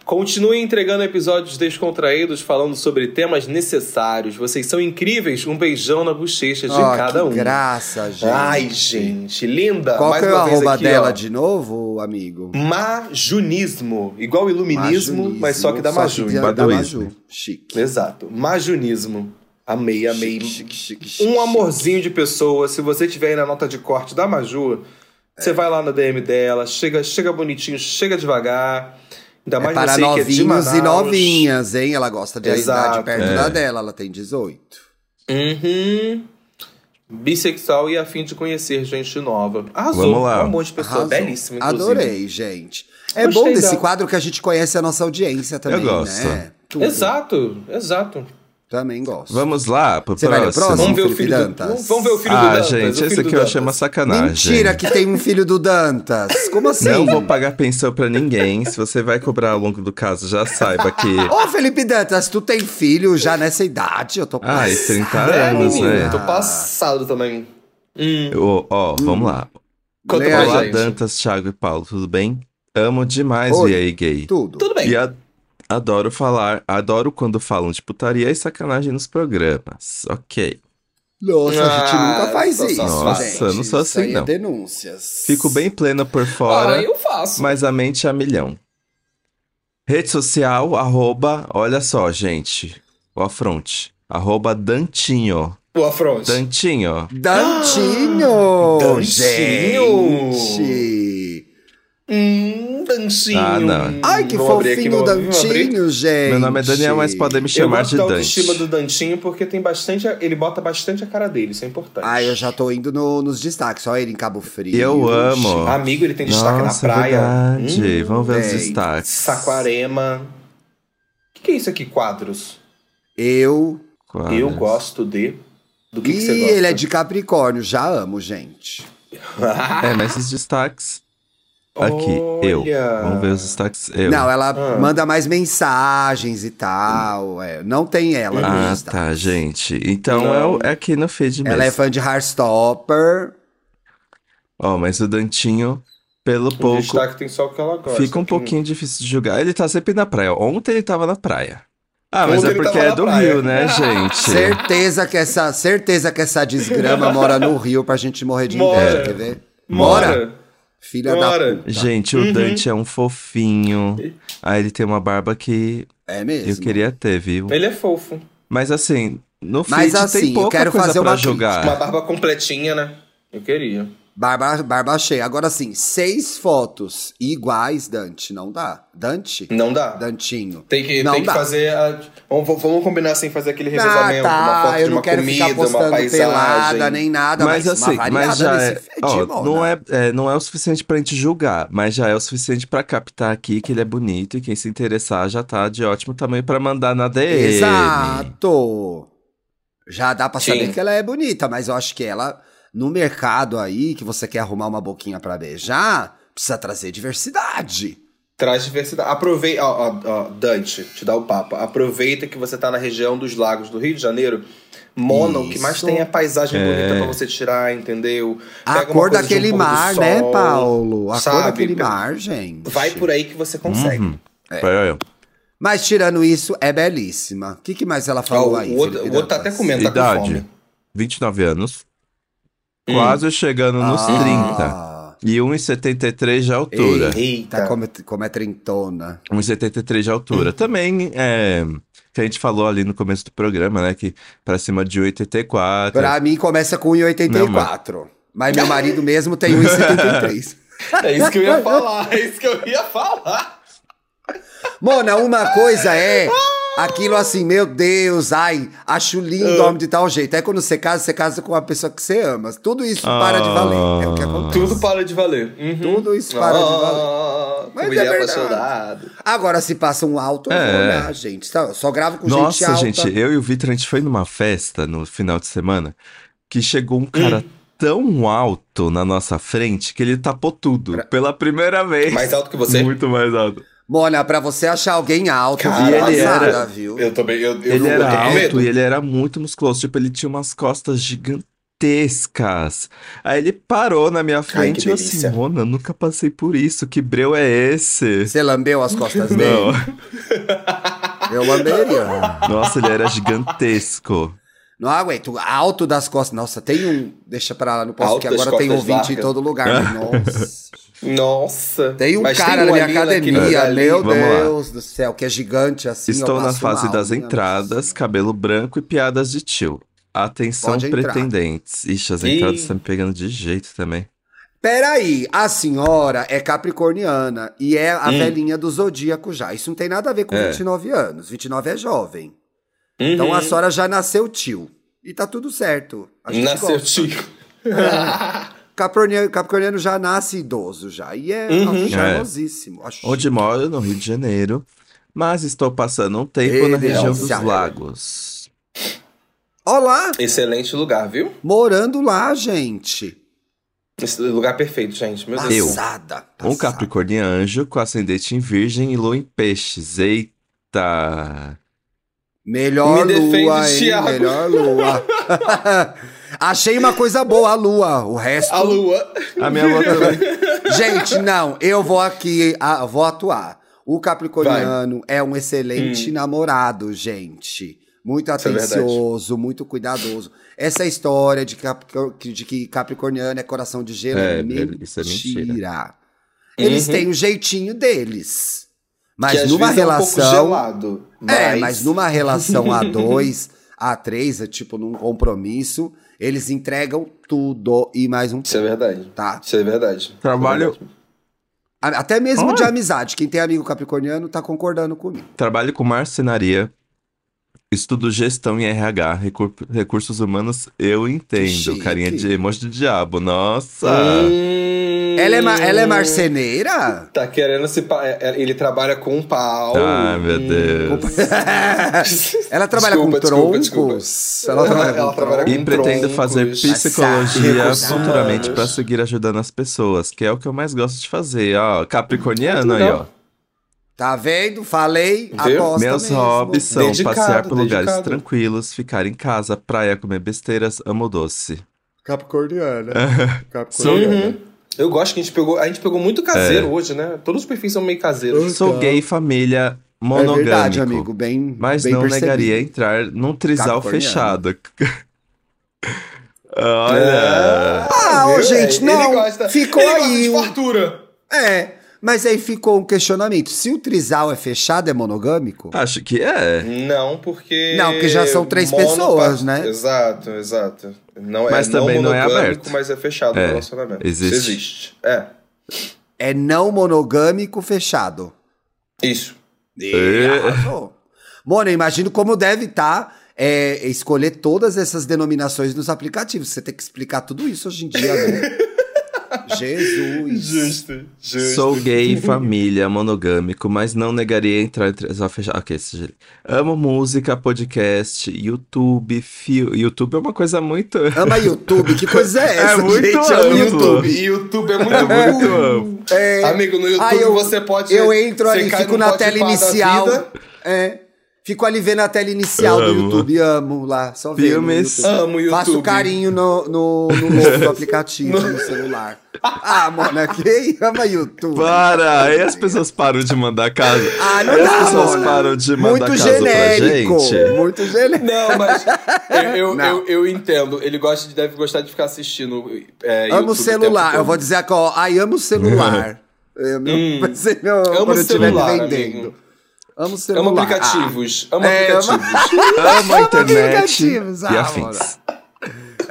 C: Continue entregando episódios descontraídos falando sobre temas necessários. Vocês são incríveis. Um beijão na bochecha de
B: Ó,
C: cada
B: que
C: um.
B: graça, gente.
C: Ai, gente, linda.
B: Qual
C: Mais
B: que é o
C: uma vez
B: arroba
C: aqui,
B: dela
C: ó.
B: de novo, amigo?
C: Majunismo. Igual iluminismo, mas só que da Maju.
B: de-
A: Baduísmo.
B: da Maju. Chique.
C: Exato. Majunismo. Amei, amei.
B: Chique, chique, chique, chique,
C: Um amorzinho de pessoa. Se você tiver aí na nota de corte da Maju,
B: É.
C: você vai lá no DM dela, chega, chega bonitinho, chega devagar. Ainda
B: É
C: mais
B: para
C: você que é
B: novinhos
C: de Manaus.
B: e novinhas, hein? Ela gosta de
C: Exato.
B: idade perto
A: É.
B: da dela, ela tem 18.
C: Uhum. Bissexual e a fim de conhecer gente nova. Arrasou.
A: Vamos lá.
C: Um monte de pessoa.
B: Arrasou.
C: Belíssima, inclusive.
B: Adorei, gente. É
C: Gostei
B: bom desse
C: dela.
B: quadro que a gente conhece a nossa audiência também,
A: gosto.
B: né? Tudo.
C: Exato, exato.
B: Também gosto.
A: Vamos lá pro
B: Você vai no
A: próximo.
B: próximo?
C: Vamos ver o
B: Felipe
C: filho do
B: um Dantas.
C: vamos- Vamos ver o filho do
A: Ah,
C: Dantas. o
A: gente,
C: filho
A: esse
C: do
A: aqui eu achei
C: Dantas.
A: uma sacanagem.
B: Mentira que tem um filho do Dantas. Como assim?
A: Não vou pagar pensão pra ninguém. Se você vai cobrar ao longo do caso, já saiba que.
B: Ô, Felipe Dantas, tu tem filho já nessa idade? Eu tô
A: Ai, 30
C: É,
A: Ah, anos,
C: menino,
A: né?
C: tô passado também. Hum,
A: Ô, Ó, vamos lá.
B: Hum.
C: conta
B: Leia
C: pra
A: Olá,
C: gente.
A: Dantas, Thiago e Paulo, tudo bem? Amo demais
B: Oi.
A: e aí, gay.
B: Tudo.
C: Tudo bem.
A: E a- adoro falar, adoro quando falam de putaria e sacanagem nos programas. Ok.
B: Nossa, a gente
C: Ah,
B: nunca faz
C: só-
B: isso,
C: só-
A: Nossa,
B: gente.
A: eu não sou
B: Isso aí
A: assim,
B: é
A: não.
B: denúncias.
A: Fico bem pleno por fora,
C: Ah, eu faço.
A: mas a mente é a milhão. Rede social, arroba, olha só, gente, o afronte. Arroba Dantinho.
C: O afronte.
A: Dantinho.
B: Dantinho!
C: Dantinho!
B: Gente!
C: Hum, dancinho.
A: Ah, não.
B: Ai, que
C: Vou abrir aqui,
B: fofinho o
C: vou abrir, vou abrir.
B: Dantinho, gente!
A: Meu nome é Daniel, mas podem me
C: Eu
A: chamar
C: gosto
A: de
C: da
A: Dante.
C: autoestima do Dantinho porque tem bastante. Ele bota bastante a cara dele, isso é importante.
B: Ai, eu já tô indo no- nos destaques. Só ele em Cabo Frio.
A: Eu amo.
C: Amigo, ele tem destaque
A: Nossa, é
C: na praia. Hum,
A: verdade. Vamos ver os
B: bem.
A: destaques.
C: Saquarema. O que, que é isso aqui, quadros?
B: Eu.
A: Quadras.
C: Eu gosto de. Do que,
B: E
C: que você gosta?
B: ele é de Capricórnio. Já amo, gente.
A: É, mas esses destaques. Aqui, eu.
C: Olha.
A: Vamos ver os destaques. Eu.
B: Não, ela
C: Ah.
B: manda mais mensagens e tal. é, não tem ela nos
A: ah,
B: destaques.
A: tá, gente. Então é, o- é aqui no feed mesmo.
B: Ela é fã de Heartstopper.
A: Ó, mas o Dantinho, pelo
C: O
A: pouco,
C: destaque tem só o que ela gosta.
A: fica um
C: que-
A: pouquinho difícil de julgar. Ele tá sempre na praia. Ontem ele tava na praia. Ah, mas
C: Ontem
A: é
C: ele
A: porque
C: tava
A: é
C: na
A: do
C: praia.
A: Rio, né, gente?
B: Certeza que essa, certeza que essa desgrama mora no Rio pra gente morrer de
C: Mora.
B: inveja, quer ver?
C: Mora!
B: Filha
C: Mora.
B: da puta.
A: Gente,
B: Uhum.
A: o Dante é um fofinho. Aí ele tem uma barba que
B: É
A: eu
B: mesmo.
A: queria ter, viu?
C: Ele é fofo.
A: Mas assim, no
B: Mas
A: feed
B: assim,
A: tem
B: eu
A: pouca
B: quero
A: coisa
B: fazer
A: pra
B: uma
A: jogar.
C: Uma barba completinha, né? Eu queria.
B: Barba, barba cheia. Agora sim, seis fotos iguais, Dante. Não dá. Dante?
C: Não dá.
B: Dantinho.
C: Tem que,
B: Não
C: tem que
B: dá. Ah,
C: fazer. a- Vamos, vamos combinar assim, fazer aquele revezamento, uma foto
B: tá. eu
C: de
B: não
C: uma
B: quero
C: comida,
B: ficar postando
C: uma paisagem.
B: pelada nem nada, mas,
A: Mas assim,
B: uma
A: mas
B: variada
A: já é,
B: nesse né?
A: ó,
B: fedimona.
A: não é, é, não é o suficiente pra gente julgar, mas já é o suficiente pra captar aqui que ele é bonito e quem se interessar já tá de ótimo tamanho pra mandar na DM.
B: Exato. Já dá pra saber
C: Sim.
B: que ela é bonita, mas eu acho que ela no mercado aí que você quer arrumar uma boquinha pra beijar, precisa trazer diversidade.
C: Traz diversidade. Aproveita. Ó, ó, ó, Dante, te dá o papo. Aproveita que você tá na região dos lagos do Rio de Janeiro. Mona, o que mais
B: Isso.
C: tem é paisagem
A: É.
C: bonita pra você tirar, entendeu?
B: A
C: Pega uma
B: cor
C: coisa de um
B: daquele
C: pôr do
B: mar, né,
C: sol.
B: Paulo? A cor
C: sabe?
B: daquele mar, gente.
C: Vai por aí que você consegue.
A: Uhum.
B: É.
A: Pera aí, ó.
B: Mas tirando isso, é belíssima. O que, que mais ela
C: Ó,
B: falou aí?
C: o, outro, o
B: Felipe
C: outro tá até
B: Dantas?
C: comendo, tá com
A: Idade.
C: fome.
A: 29 anos,
C: Hum.
A: quase chegando nos
B: Ah,
A: 30. E 1,73 de altura.
C: Eita.
B: Tá como, como é trintona.
C: Tá.
A: 1,73 de altura. Também é. Que a gente falou ali no começo do programa, né? Que pra cima de 1,84.
B: Pra mim começa com 1,84. mas meu marido mesmo tem 1,73.
C: É isso que eu ia falar, é isso que eu ia falar.
B: Mona, uma coisa é aquilo assim, meu Deus, ai, acho lindo homem de tal jeito. É quando você casa, você casa com uma pessoa que você ama. Tudo isso para de valer. É
A: Ah.
B: o que acontece.
C: Tudo para de valer. Uhum.
B: Tudo isso para de valer.
C: valer.
B: Mas
C: Mas
B: é verdade.
C: apaixonado.
B: Agora, se passa um alto, eu vou
A: É.
B: olhar, gente. Tá, Só, só gravo com gente
A: Nossa,
B: alta.
A: gente, eu e o Vitor, a gente foi numa festa no final de semana que chegou um cara
B: Hum.
A: tão alto na nossa frente que ele tapou tudo pela primeira vez.
B: então
C: Mais alto que você?
A: Muito mais alto.
B: Mona, pra você achar alguém alto,
C: Caralho,
B: viu?
A: ele
B: Passada,
A: era-
B: viu?
C: Eu também, eu, eu
A: ele
C: eu
A: era
C: tenho
A: alto
C: medo.
A: e ele era muito musculoso. Tipo, ele tinha umas costas gigantescas. Aí ele parou na minha frente e eu assim,
C: delícia.
A: Mona, nunca passei por isso. Que breu é esse?
B: Você lambeu as costas dele?
A: Não.
B: Eu lamberia.
A: Nossa, ele era gigantesco.
B: Não aguento. Alto das costas. Nossa, tem um. Deixa pra lá, não posso,
C: Alto
B: porque
C: das
B: agora tem
C: costas
B: ouvinte em
C: largas.
B: todo lugar. mas Nossa.
C: Nossa.
B: Tem um
C: Mas
B: cara na minha
C: ali naquele
B: academia,
C: ali.
B: meu
A: Vamos lá.
B: Deus do céu, que é gigante assim. eu
A: Estou na
B: passo
A: fase
B: mal,
A: das
B: meu
A: entradas,
B: Deus.
A: cabelo branco e piadas de tio. Atenção,
B: Pode entrar.
A: pretendentes. Ixi, as
C: Ih.
A: entradas estão me pegando de jeito também.
B: Peraí, a senhora é capricorniana e é a
C: Hum.
B: velhinha do zodíaco já. Isso não tem nada a ver com
A: É.
B: 29 anos. 29 é jovem.
C: Uhum.
B: Então a senhora já nasceu tio. E tá tudo certo. A gente
C: Nasceu
B: gosta.
C: tio.
B: Capricorniano, capricorniano já nasce idoso já. E é
C: Uhum.
B: nossa,
A: É.
B: charmosíssimo. Acho
A: Onde
B: chique.
A: moro, no Rio de Janeiro, mas estou passando um tempo na região dos
B: Delícia.
A: lagos.
B: Ó lá,
C: Excelente lugar, viu?
B: morando lá, gente.
C: Esse lugar perfeito, gente. Meu Deus.
A: Eu.
B: Passada.
A: Um
B: passada.
A: Capricorniano anjo com ascendente em virgem e lua em peixes. Eita!
B: Melhor
C: Me defende,
B: lua, hein?
C: Thiago.
B: Melhor lua. Achei uma coisa boa, a lua. O resto... é
C: A lua.
A: A minha lua também.
B: Gente, não, eu vou aqui, ah, vou atuar. O Capricorniano é um excelente namorado, gente. Muito
C: Hum. Isso é verdade.
B: atencioso, muito cuidadoso. Essa é história de, Capricor- de que Capricorniano é coração de gelo é,
A: É,
B: mentira.
A: isso é mentira.
B: Eles
C: Uhum.
B: têm o jeitinho deles.
C: que
B: Mas
C: às
B: numa
C: vezes É, um pouco
B: relação.
C: gelado,
B: É, mas numa relação a dois, a três, é tipo num compromisso, eles entregam tudo e mais um
C: Isso é verdade.
B: tá?
C: Isso é verdade. É
A: Trabalho,
B: A- Até mesmo
A: Olha.
B: de amizade. Quem tem amigo capricorniano tá concordando comigo.
A: trabalho com marcenaria, estudo gestão em RH, recur- recursos humanos, eu entendo.
B: chique.
A: Carinha de emoji do diabo, nossa!
C: Hum,
B: Ela, é ma- ela é marceneira?
C: Tá querendo se. pa- é, é, Ele trabalha com um pau. Hum,
A: Ai, Tá, meu Deus.
B: ela trabalha
C: Desculpa,
B: com
C: desculpa,
B: troncos.
C: desculpa.
B: Ela trabalha com
C: Ela trabalha
B: troncos.
A: E
C: Com
A: pretendo
C: troncos,
A: fazer psicologia
B: recursos
A: futuramente
C: humanos.
A: para seguir ajudando as pessoas, que é o que eu mais gosto de fazer. Ó, capricorniano aí, ó.
C: Legal.
B: Tá vendo? Falei,
C: Viu?
B: aposta
A: Meus
B: mesmo.
A: hobbies são
C: Dedicado,
A: passear por lugares
C: dedicado.
A: tranquilos, ficar em casa, praia, comer besteiras, amo doce.
B: Capricorniana.
A: Capricorniana.
C: Uhum. Eu gosto que a gente pegou. A gente pegou muito caseiro
A: É.
C: hoje, né? Todos os perfis são meio caseiros.
A: Sou gay, família,
B: É
A: monogâmico.
B: verdade, amigo. Bem,
A: Mas
B: bem
A: não
B: percebido.
A: negaria entrar num trisal
B: Capricorniano.
A: fechado. É. Olha!
B: Ah, ô,
C: viu?
B: gente,
C: Ele
B: não.
C: gosta-
B: Ficou
C: ele gosta
B: aí
C: de
B: um-
C: fartura.
B: É, mas aí ficou um questionamento. Se o trisal é fechado, é monogâmico?
A: Acho que é.
C: Não, porque.
B: Não, porque já são três
C: monopa-
B: pessoas, né?
C: Exato, exato. Não é,
A: Mas também não é
C: monogâmico,
A: aberto.
C: Mas é fechado
A: É,
C: o relacionamento.
A: existe.
C: Isso existe. É.
B: É não monogâmico fechado.
C: Isso.
A: É.
B: Arrasou. Mona, eu imagino como deve estar escolher todas essas denominações nos aplicativos. Você tem que explicar tudo isso hoje em dia, né? Jesus.
C: Justo, justo.
A: Sou gay, família, monogâmico, mas não negaria entrar em trisal fechado. Ok, esse jeito. Amo música, podcast, YouTube, fio. YouTube é uma coisa muito.
B: Ama YouTube, que coisa é essa,
A: É muito
B: gente?
A: amplo.
B: Ama YouTube.
C: YouTube. YouTube é muito
A: É muito
C: bom.
A: amo.
B: É,
C: Amigo, no YouTube
B: Ah, eu-
C: você pode.
B: eu entro
C: você
B: ali,
C: cai
B: fico
C: num
B: na
C: Podpah
B: tela
C: da
B: inicial.
C: vida.
B: É, fico ali vendo a tela inicial do
A: Amo.
B: YouTube. Amo lá, só vendo no
A: Filmes.
B: YouTube.
C: Amo o YouTube.
B: Faço carinho no, no, no logo do aplicativo, no celular. Ah, Mona, quem ama YouTube?
A: Para! Aí as pessoas param de mandar casa.
B: Ah, não
A: Aí as
B: dá,
A: pessoas
B: Mona.
A: param de mandar
B: Muito
A: casa
B: genérico.
A: pra gente.
B: Muito genérico.
C: Não, mas eu, eu,
B: Não.
C: Eu, eu entendo. Ele gosta de, deve gostar de ficar assistindo. É,
B: Amo
C: YouTube
B: o
C: o
B: celular.
C: tempo
B: Eu vou dizer aqui, ó. Ai, amo o celular. É, meu,
C: Hum.
B: vai ser meu-
C: Amo
B: quando eu estiver
C: celular,
B: vendendo.
C: amigo.
B: Amo o
C: todo.
B: celular.
C: Amo aplicativos. Amo
B: É, eu amo-
C: aplicativos.
A: Amo a internet
B: Aplicativos,
A: e
B: ah,
A: afins.
B: Ah,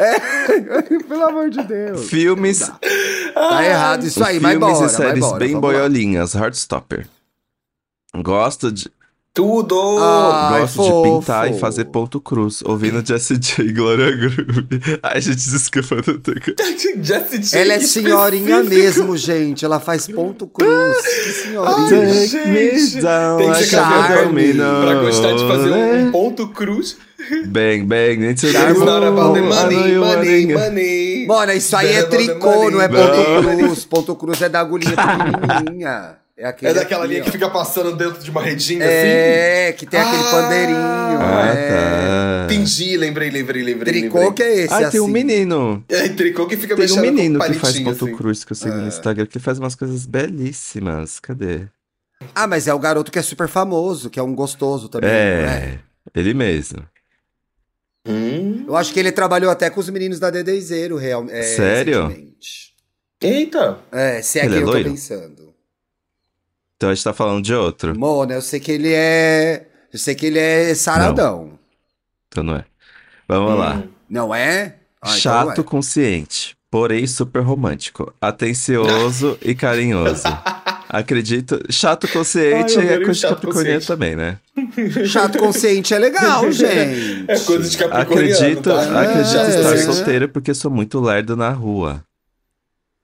B: pelo amor de Deus.
A: Filmes.
B: Tá errado isso aí, mas
A: Ah, filmes
B: bora.
A: e
B: vai
A: séries
B: bora,
A: bem
B: vamos lá.
A: boiolinhas, Heartstopper. Gosto de,
C: Tudo!
B: Ah. Ai,
A: gosto de
B: fofo.
A: pintar e fazer ponto cruz, ouvindo Jessie J e Gloria Groove. Ai, gente, desculpa, eu não tenho...
C: Jessie J.
B: Ela é senhorinha mesmo, gente. Ela faz ponto cruz. Que senhorinha.
C: Ai, gente, Tem que ser
B: Charme.
C: cabelo pra gostar de fazer um ponto cruz.
A: Bem, bem, nem te
B: Charme.
C: It's
A: lembro.
C: not about the
A: I know
C: money,
A: you
C: money,
A: wanting-
C: money.
B: Mano, isso aí é
C: Better about the
B: tricô,
C: money,
B: não é
C: better
B: ponto
C: about the money.
B: cruz. Ponto cruz é da agulhinha pequenininha. É, aquele
C: É daquela
B: aqui,
C: linha que
B: ó.
C: fica passando dentro de uma redinha assim?
B: É, que tem aquele
C: Ah!
B: pandeirinho.
A: Ah,
B: é.
A: tá.
C: Entendi, assim? lembrei, lembrei, lembrei.
B: Tricô que é esse,
A: Ah,
B: assim.
A: tem um menino.
C: É, tricô que fica
A: Tem um
C: mexendo com
A: menino que
C: palitinho,
A: faz ponto
C: assim.
A: cruz que eu sigo no Instagram, que faz umas coisas belíssimas. Cadê?
B: Ah, mas é o garoto que é super famoso, que é um gostoso também. não é?
A: É, ele mesmo.
C: Hum.
B: Eu acho que ele trabalhou até com os meninos da Dedezeiro, realmente.
A: Sério?
C: Eita!
B: É, se é
A: Ele
B: quem
A: é
B: eu tô
A: loiro?
B: pensando.
A: Então a gente tá falando de outro.
B: Mona, né, eu sei que ele é. Eu sei que ele é saradão.
A: Então não é. Vamos lá.
C: Hum.
B: Não, é? Ah, então não
A: Chato consciente, porém super romântico. Atencioso e carinhoso. Acredito. Chato consciente
C: Ai, eu
A: é
C: adorei o
A: coisa de
C: chato
A: Capricorniano
C: consciente.
A: também, né?
B: é. Chato consciente é legal, gente.
C: É coisa de capricorniano.
A: Acredito,
C: tá?
A: acredito
B: É.
A: estar solteiro porque sou muito lerdo na rua.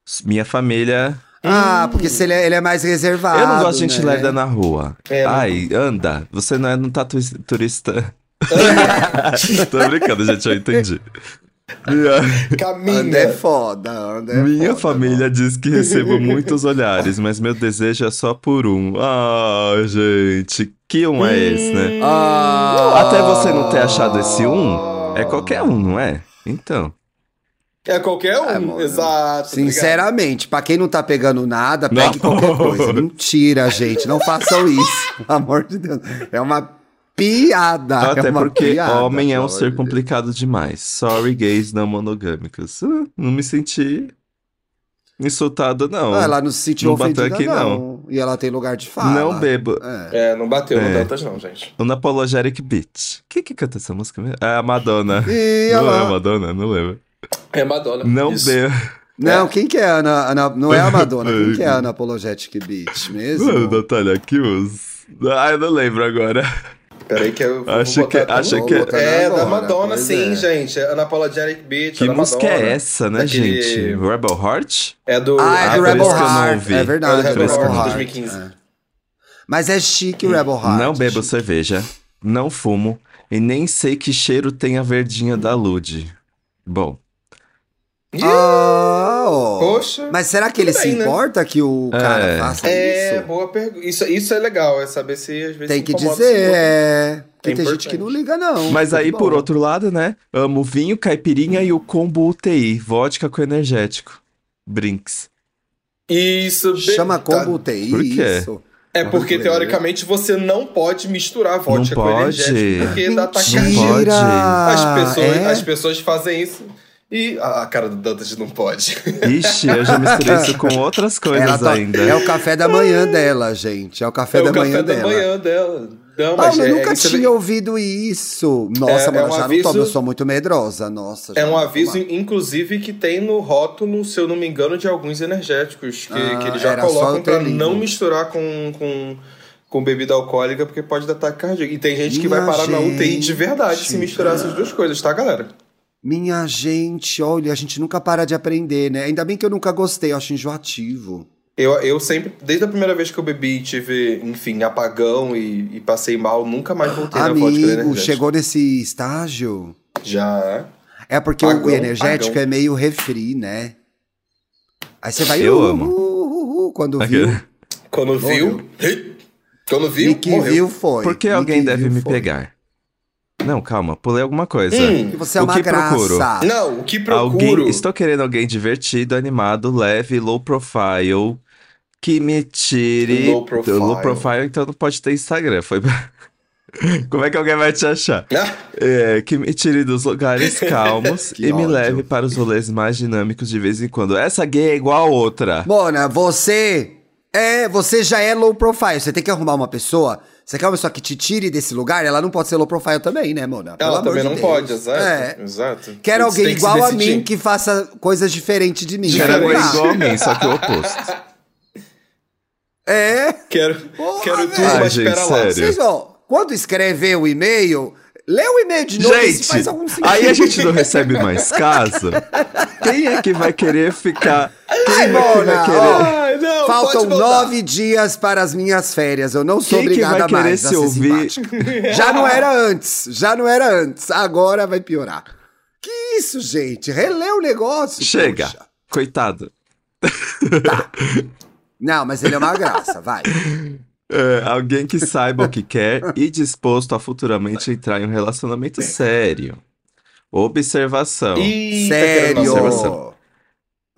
A: S- Minha família.
B: Ah, porque se ele é, ele é mais reservado.
A: Hum. eu não gosto de gente
B: né?
A: lerda na rua.
C: É, não-
A: Ai, anda. Você não, é, não tá tuis- turista. Tô brincando, gente, eu entendi. Minha-
B: Anda é
C: né? Caminha.
B: foda, anda é
A: Minha
B: foda,
A: família diz que recebo muitos olhares, mas meu desejo é só por um. Ah, gente, que um é esse, né?
C: Hum.
B: Ah,
A: Até você não ter achado esse um, é qualquer um, não é? Então.
C: É qualquer um,
B: Ah, mano.
C: exato.
B: Sinceramente, pra quem não tá pegando nada,
A: Não.
B: pegue qualquer coisa. Mentira, gente. Não façam isso. Pelo amor de Deus. É uma piada.
A: até
B: é uma
A: porque
B: piada,
A: homem é um
B: pelo
A: ser
B: amor de Deus.
A: complicado demais. Sorry, gays não monogâmicos. Ah, não me senti insultado, não.
B: Ah, ela não se sentiu
A: Não bateu
B: ofendida,
A: aqui,
B: não. E ela tem lugar de fala.
A: Não bebo.
B: É.
C: É, não bateu no
A: É.
C: Dantas, não, gente.
A: Unapologetic Beach. Quem que canta essa música mesmo? É a Madonna.
B: E
A: não é a
B: ela...
A: Madonna? Não lembro.
C: É Madonna.
A: Não
C: Isso.
A: bebo.
B: Não, quem que é a Ana... Ana- Não é a Madonna. Quem que é a Ana Apologetic Beach mesmo?
A: Mano, Natália Kills. Ah, eu não lembro agora.
C: Peraí que eu vou
A: Achei
C: botar
A: que-
C: aqui.
A: achei
C: Vou
A: que- tá
C: botar É,
B: na
C: da
B: né, Madonna,
C: Madonna,
B: pois
C: sim,
B: é.
C: gente. Anapologetic Beach,
A: Que
C: da
A: música
C: Madonna.
A: é essa, né,
C: Daquele-
A: gente? Rebel Heart?
C: É do...
B: Ah, é do
A: Ah, por
B: Rebel
A: isso que eu não
B: Heart.
A: ouvi.
B: É verdade,
A: É do Rebel Heart,
C: 2015.
B: É. Mas é chique o Rebel Heart.
A: Hum, Não bebo cerveja, não fumo e nem sei que cheiro tem a verdinha da Lud. Bom,
C: Ih,
B: Ah, ó.
C: Poxa.
B: Mas será que ele
C: Tudo
B: se
C: bem, né?
B: importa que o
A: É.
B: cara faça
C: É,
B: isso?
C: boa pergunta. Isso, isso é legal, é saber se às vezes
B: Tem que
C: incomoda
B: dizer,
C: esse
B: é. Porque
C: É
B: tem gente que
C: importante.
B: não liga, não.
A: mas
B: Tudo
A: aí
B: bom.
A: por outro lado, né? Amo vinho, caipirinha e o combo UTI, vodka com energético. Brinks.
C: Isso, be-
B: Chama combo
C: tá.
B: UTI,
A: Por quê?
B: isso.
C: É porque teoricamente você não pode misturar vodka
A: Não
C: com
A: pode.
C: energético, porque dá
A: Não
C: taquicardia.
A: pode.
C: As pessoas,
B: É?
C: as pessoas fazem isso. E a a cara do Dantas não pode.
A: Ixi, eu já misturei isso com outras
B: Ela
A: coisas
B: tá-
A: ainda.
B: É o café da manhã dela, gente. É o café
C: é
B: da
C: o café
B: manhã
C: da
B: dela.
C: manhã dela. Não, mas
B: Paulo,
C: é,
B: eu nunca
C: isso é-
B: tinha ouvido isso. Nossa,
C: É-
B: mano,
C: é
B: eu
C: um
B: já
C: aviso-
B: não tomo, eu sou muito medrosa. Nossa.
C: É
B: já
C: um
B: não
C: aviso,
B: tomo.
C: inclusive, que tem no rótulo, se eu não me engano, de alguns energéticos, que,
B: Ah,
C: que eles já
B: era só
C: colocam
B: eu ter
C: pra
B: lido.
C: não misturar com, com, com bebida alcoólica, porque pode dar taquicardia. E tem gente que vai
B: Minha
C: parar na UTI de
B: gente.
C: verdade se misturar essas duas coisas, tá, galera?
B: Minha gente, olha, a gente nunca para de aprender, né? Ainda bem que eu nunca gostei, eu acho enjoativo.
C: Eu, eu sempre, desde a primeira vez que eu bebi e tive, enfim, apagão e, e passei mal, nunca mais voltei na vodka
B: Amigo,
C: energética.
B: chegou nesse estágio?
C: Já.
B: É porque
C: Agão,
B: o energético
C: agão.
B: é meio refri, né? Aí você vai.
A: Eu
B: uh,
A: amo. É
B: uh, uh, uh, quando
A: Aquele-
B: viu.
C: Quando viu.
B: Morreu.
C: Quando
B: E
C: viu,
B: que
C: morreu.
B: viu foi.
A: Por que
B: E
A: alguém
B: que
A: deve
B: viu
A: me
B: foi.
A: pegar? Não, calma, pulei alguma coisa.
C: Hum.
B: Porque você é
A: O
B: uma
A: que
B: graça.
A: procuro?
C: Não, o que procuro.
A: Alguém, estou querendo alguém divertido, animado, leve, low profile, que me tire.
C: Low profile.
A: Low profile, então não pode ter Instagram. Foi... Como é que alguém vai te achar?
C: Ah,
A: É, que me tire dos lugares calmos
B: Que
A: e me
B: ódio.
A: leve para os rolês mais dinâmicos de vez em quando. Essa gay é igual a outra.
B: Mona, você. É, você já é low profile. Você tem que arrumar uma pessoa. Você quer uma pessoa que te tire desse lugar? Ela não pode ser low profile também, né, Mona? Pelo
C: ela
B: amor
C: também
B: de
C: não
B: Deus.
C: pode, exato.
B: É.
C: exato.
B: Quero
C: Você
B: alguém
C: tem que se
B: igual a
C: decidir.
B: mim que faça coisas diferentes de mim.
A: Quero
C: Diferente.
A: alguém
B: Não dá.
A: igual a mim, só que o oposto.
B: É.
C: Quero,
B: Porra,
C: quero tudo,
B: velho. Ah,
A: Ai,
C: mas
A: gente,
C: espera lá.
A: sério.
B: Vocês, ó, quando escrever o e-mail, lê o e-mail de novo e se
A: Gente,
B: faz algum sentido.
A: aí a gente não recebe mais caso. Quem é que vai querer ficar? Quem é
B: Ai,
A: que vai
B: Mona,
A: querer?
B: ó,
C: Ai, não,
B: Faltam
C: pode voltar.
B: nove dias para as minhas férias. Eu não sou
A: Quem que vai
B: obrigada
A: querer
B: mais a
A: se
B: ser
A: ouvir?
B: simpática. Já não era antes, já não era antes. Agora vai piorar. Que isso, gente? Relê o negócio.
A: Chega.
B: poxa.
A: Coitado.
B: Não, mas ele é uma graça, vai.
A: É, alguém que saiba o que quer e disposto a futuramente entrar em um relacionamento sério. Observação.
C: Ih,
B: Sério.
A: observação.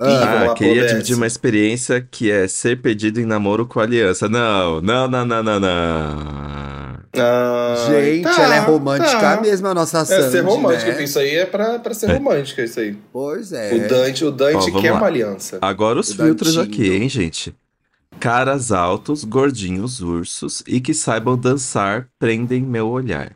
C: Ah, vamos
A: Ah,
C: lá,
A: queria
C: Roberto.
A: dividir uma experiência que é ser pedido em namoro com aliança. Não, não, não, não, não, não.
C: Ah,
B: Gente,
C: tá,
B: ela é romântica
C: tá.
B: mesmo, a nossa Sandy,
C: É, ser romântica.
B: né?
C: Isso aí é pra, pra ser romântica, isso aí.
B: Pois é.
C: O Dante, o
A: Ó,
C: Dante
A: vamos
C: quer
A: lá.
C: uma aliança.
A: Agora os
B: O
A: filtros
B: Dantinho.
A: aqui, hein, gente? Caras altos, gordinhos, ursos e que saibam dançar prendem meu olhar.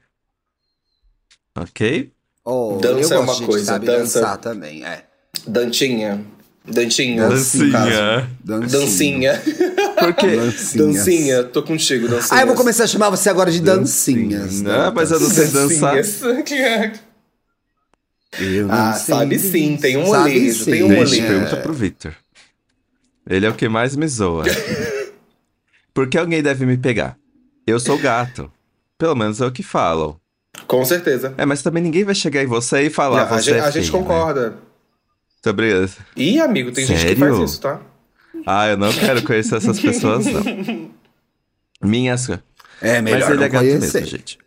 A: Ok?
B: Oh,
C: Dança
B: eu gosto
C: é uma
B: de gente
C: coisa,
B: que sabe
C: dança-
B: dançar também, é.
C: Dantinha. Dantinho.
B: Dancinha.
A: Dancinha.
B: Dancinha.
C: assim, Dancinha.
A: Porque.
B: Dancinha.
C: Dancinha. Tô contigo, dancinha.
B: Ah, eu vou começar a chamar você agora de dancinhas. né?
A: Não, mas eu não sei dançar.
B: Eu não
C: Ah,
B: sei
C: sabe sim, tem um
B: Sabe
C: molejo, tem
B: sim.
C: um
A: Gente,
C: molejo.
A: pergunta pro Victor. Ele é o que mais me zoa. Por que alguém deve me pegar? Eu sou gato. Pelo menos é o que falam.
C: Com certeza.
A: É, mas também ninguém vai chegar em você e falar.
C: Não, a
A: você
C: gente,
A: é
C: a gente
A: feio, né?
C: concorda.
A: Muito obrigado.
C: Ih, amigo, tem gente que
A: Sério?
C: faz isso, tá?
A: Ah, eu não quero conhecer essas pessoas, não. Minhas.
B: É melhor
A: mas ele
B: não
A: é gato
B: conhecer.
A: mesmo, gente.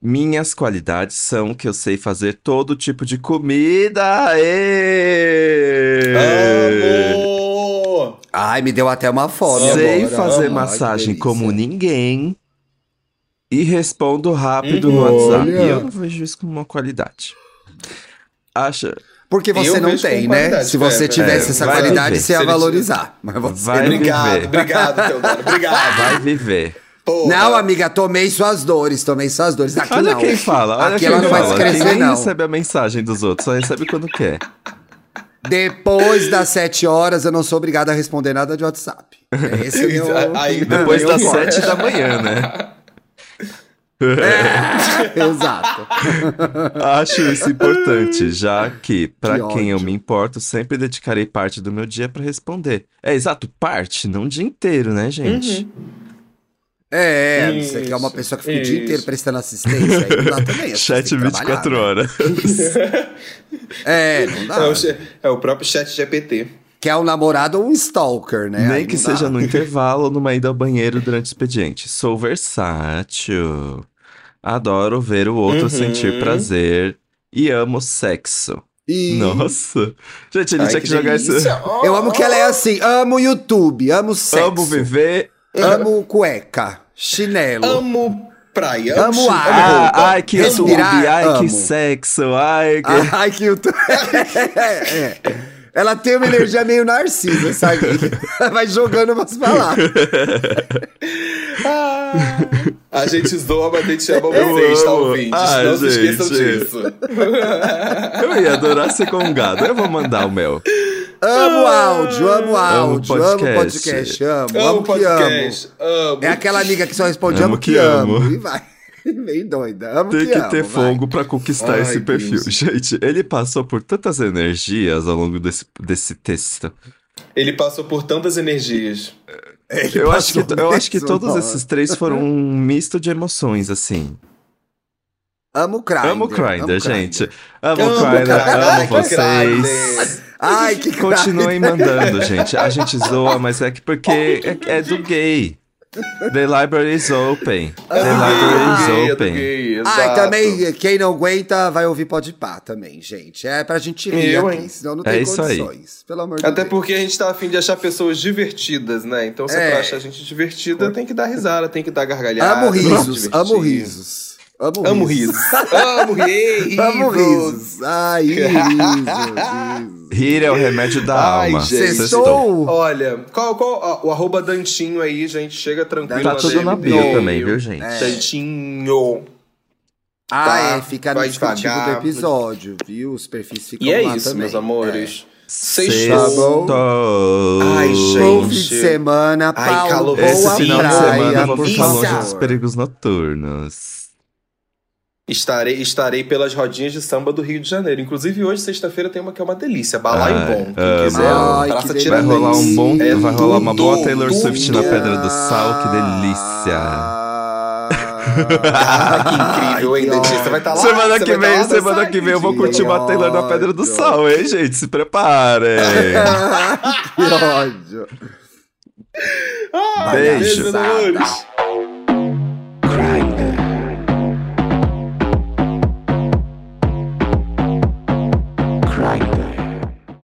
A: Minhas qualidades são que eu sei fazer todo tipo de comida.
B: É.
A: Aê!
C: Amor!
B: Ai, me deu até uma fome
A: Sei
B: agora.
A: fazer
B: Ai, que
A: massagem
B: delícia.
A: como ninguém. E respondo rápido
C: Hum,
A: no WhatsApp. E
B: olha.
A: eu não vejo isso como uma qualidade. Acha.
B: Porque você
C: Eu
B: não
C: vejo
B: tem,
C: com
B: né?
C: qualidade,
B: Se você
C: é,
B: tivesse
A: é,
B: essa
A: vai
B: qualidade,
A: viver.
B: você ia
C: Se ele
B: valorizar. Mas você
A: Vai
B: não...
C: Obrigado,
A: viver.
C: obrigado, Teodoro. Obrigado.
A: Vai viver.
C: Porra.
B: Não, amiga, tomei suas dores, tomei suas dores. Tá Aqui
A: olha
B: não.
A: quem fala, olha
B: Aqui
A: quem
B: ela não vai
A: fala.
B: se crescer,
A: Ninguém
B: não.
A: recebe a mensagem dos outros, só recebe quando quer.
B: Depois das sete horas, eu não sou obrigado a responder nada de WhatsApp. Esse é o meu...
C: Aí,
A: Depois
C: aí
A: das
C: eu corto.
A: sete da manhã, né?
B: É. Exato.
A: Acho isso importante, já que, pra
B: Que
A: quem eu
B: ódio.
A: me importo, sempre dedicarei parte do meu dia pra responder. É exato, parte, não o dia inteiro, né,
B: Uhum.
C: Uhum.
A: gente?
B: É, você
C: Isso,
B: quer uma pessoa que fica o
C: isso.
B: dia inteiro prestando assistência, aí não dá também. é assim,
A: Chat 24 horas.
B: horas. né? É, não dá.
C: É o, che- é o próprio chat GPT.
B: Quer um namorado ou um stalker, né? Aí
A: Nem
B: não
A: que
B: dá.
A: seja no intervalo ou numa ida ao banheiro durante o expediente. Sou versátil. Adoro ver o outro
C: Uhum.
A: sentir prazer. E amo sexo.
B: E
A: Nossa. Gente, ele
C: Ai,
A: tinha que,
C: que
A: jogar isso.
C: delícia.
B: Eu amo que ela é assim, amo YouTube, amo sexo,
A: Amo viver.
B: amo cueca, chinelo.
C: Amo praia.
B: Amo
C: chu-
B: ar.
A: Ah,
C: roupa.
A: ai, que zumbi.
B: Respirar,
A: Ai, que
B: amo. Ah.
A: sexo. Ai, que.
B: Ai, que YouTube. É, é. Ela tem uma energia meio narcisa, sabe? Ela vai jogando umas palavras.
C: Ah. A gente zoa, mas a gente ama
A: Eu
C: vocês, tá
A: amo.
C: ouvintes?
A: Ai,
C: Não se esqueçam
A: gente.
C: disso.
A: Eu ia adorar ser congado. Eu vou mandar o Mel.
B: Amo áudio, amo
A: Amo
B: áudio, amo
A: podcast.
B: podcast, amo,
C: Amo
B: amo que amo.
C: podcast. Amo.
B: É aquela amiga que só responde amo, que, amo. E vai. Meio doida. Amo
A: Tem que
B: amo,
A: ter
B: vai.
A: fogo pra conquistar
C: Ai,
A: esse perfil.
C: Deus.
A: Gente, ele passou por tantas energias ao longo desse, desse texto.
C: Ele passou por tantas energias.
A: Eu acho,
B: passou
A: que, eu acho que
B: mesmo,
A: todos
B: não.
C: é.
A: esses três foram um misto de emoções, assim.
B: Amo o Grindr.
A: amo o Grindr, gente. Amo
C: Amo
A: o Grindr,
C: Grindr.
A: amo
C: Ai, que
A: vocês.
C: Grindr.
B: Ai, que
A: Continuem mandando, gente. A gente zoa, mas é que porque é, é do gay. The library is open. The library is
C: É do É gay, é do
A: open.
C: gay, exato.
B: Ai, também, quem não aguenta vai ouvir Pode Pá também, gente. É pra gente rir
C: Eu,
B: aqui,
C: hein?
B: senão não
A: É
B: tem
A: isso aí.
B: condições. Pelo amor de
C: Até
B: Deus.
C: porque a gente tá afim de achar pessoas divertidas, né? Então, se é.
B: É.
C: pra achar gente divertida, tem que dar risada, tem que dar gargalhada.
B: Amo
C: tem que
B: risos,
C: divertir.
B: amo risos. Amo,
C: Amo
B: risos.
C: risos. amo risos.
B: Amo risos. Ai, risos.
A: Rir é o remédio da
C: Ai,
A: alma.
C: gente.
A: Sextou.
B: Sextou.
C: Olha, qual, qual ó, o arroba Dantinho aí, gente? Chega tranquilo.
A: Tá tudo
C: DM
A: na
C: do-
A: bio também, viu, gente?
B: É.
C: Dantinho.
B: Ah, é, fica no
C: Tá, vai
B: descritivo do
C: devagar.
B: episódio, viu? Os perfis ficam
C: E é
B: lá
C: isso,
B: também.
C: meus amores.
A: Sextou.
C: Ai,
B: É. Bom fim
C: gente.
B: de semana,
C: Ai,
B: Paulo.
C: calor.
B: boa
A: Esse final de
B: praia,
A: semana eu vou
B: por
A: falar
B: favor.
A: longe dos perigos noturnos.
C: Estarei, estarei pelas rodinhas de samba do Rio de Janeiro. Inclusive, hoje, sexta-feira, tem uma que é uma delícia. Balaio
A: Ai,
C: bom. Quem
A: amo.
C: quiser,
B: Ai, que
C: Praça
B: delícia.
A: Vai
C: Tiradentes.
A: rolar um bom,
C: É
A: vai rolar uma boa
C: tudo,
A: Taylor Swift na
C: tudo.
A: Pedra do Sal, que delícia.
C: Ah, que incrível, hein,
B: Ai, que
C: dentista? Vai estar lá.
A: semana
C: você
A: que
C: vai tá lá
A: vem, semana
C: dançar,
A: que vem eu vou
C: gente.
A: curtir uma Taylor na Pedra do
B: ódio.
A: Sal, hein, gente? Se preparem.
B: ódio. Que ódio.
C: Ah,
A: Beijos.
C: Beijos.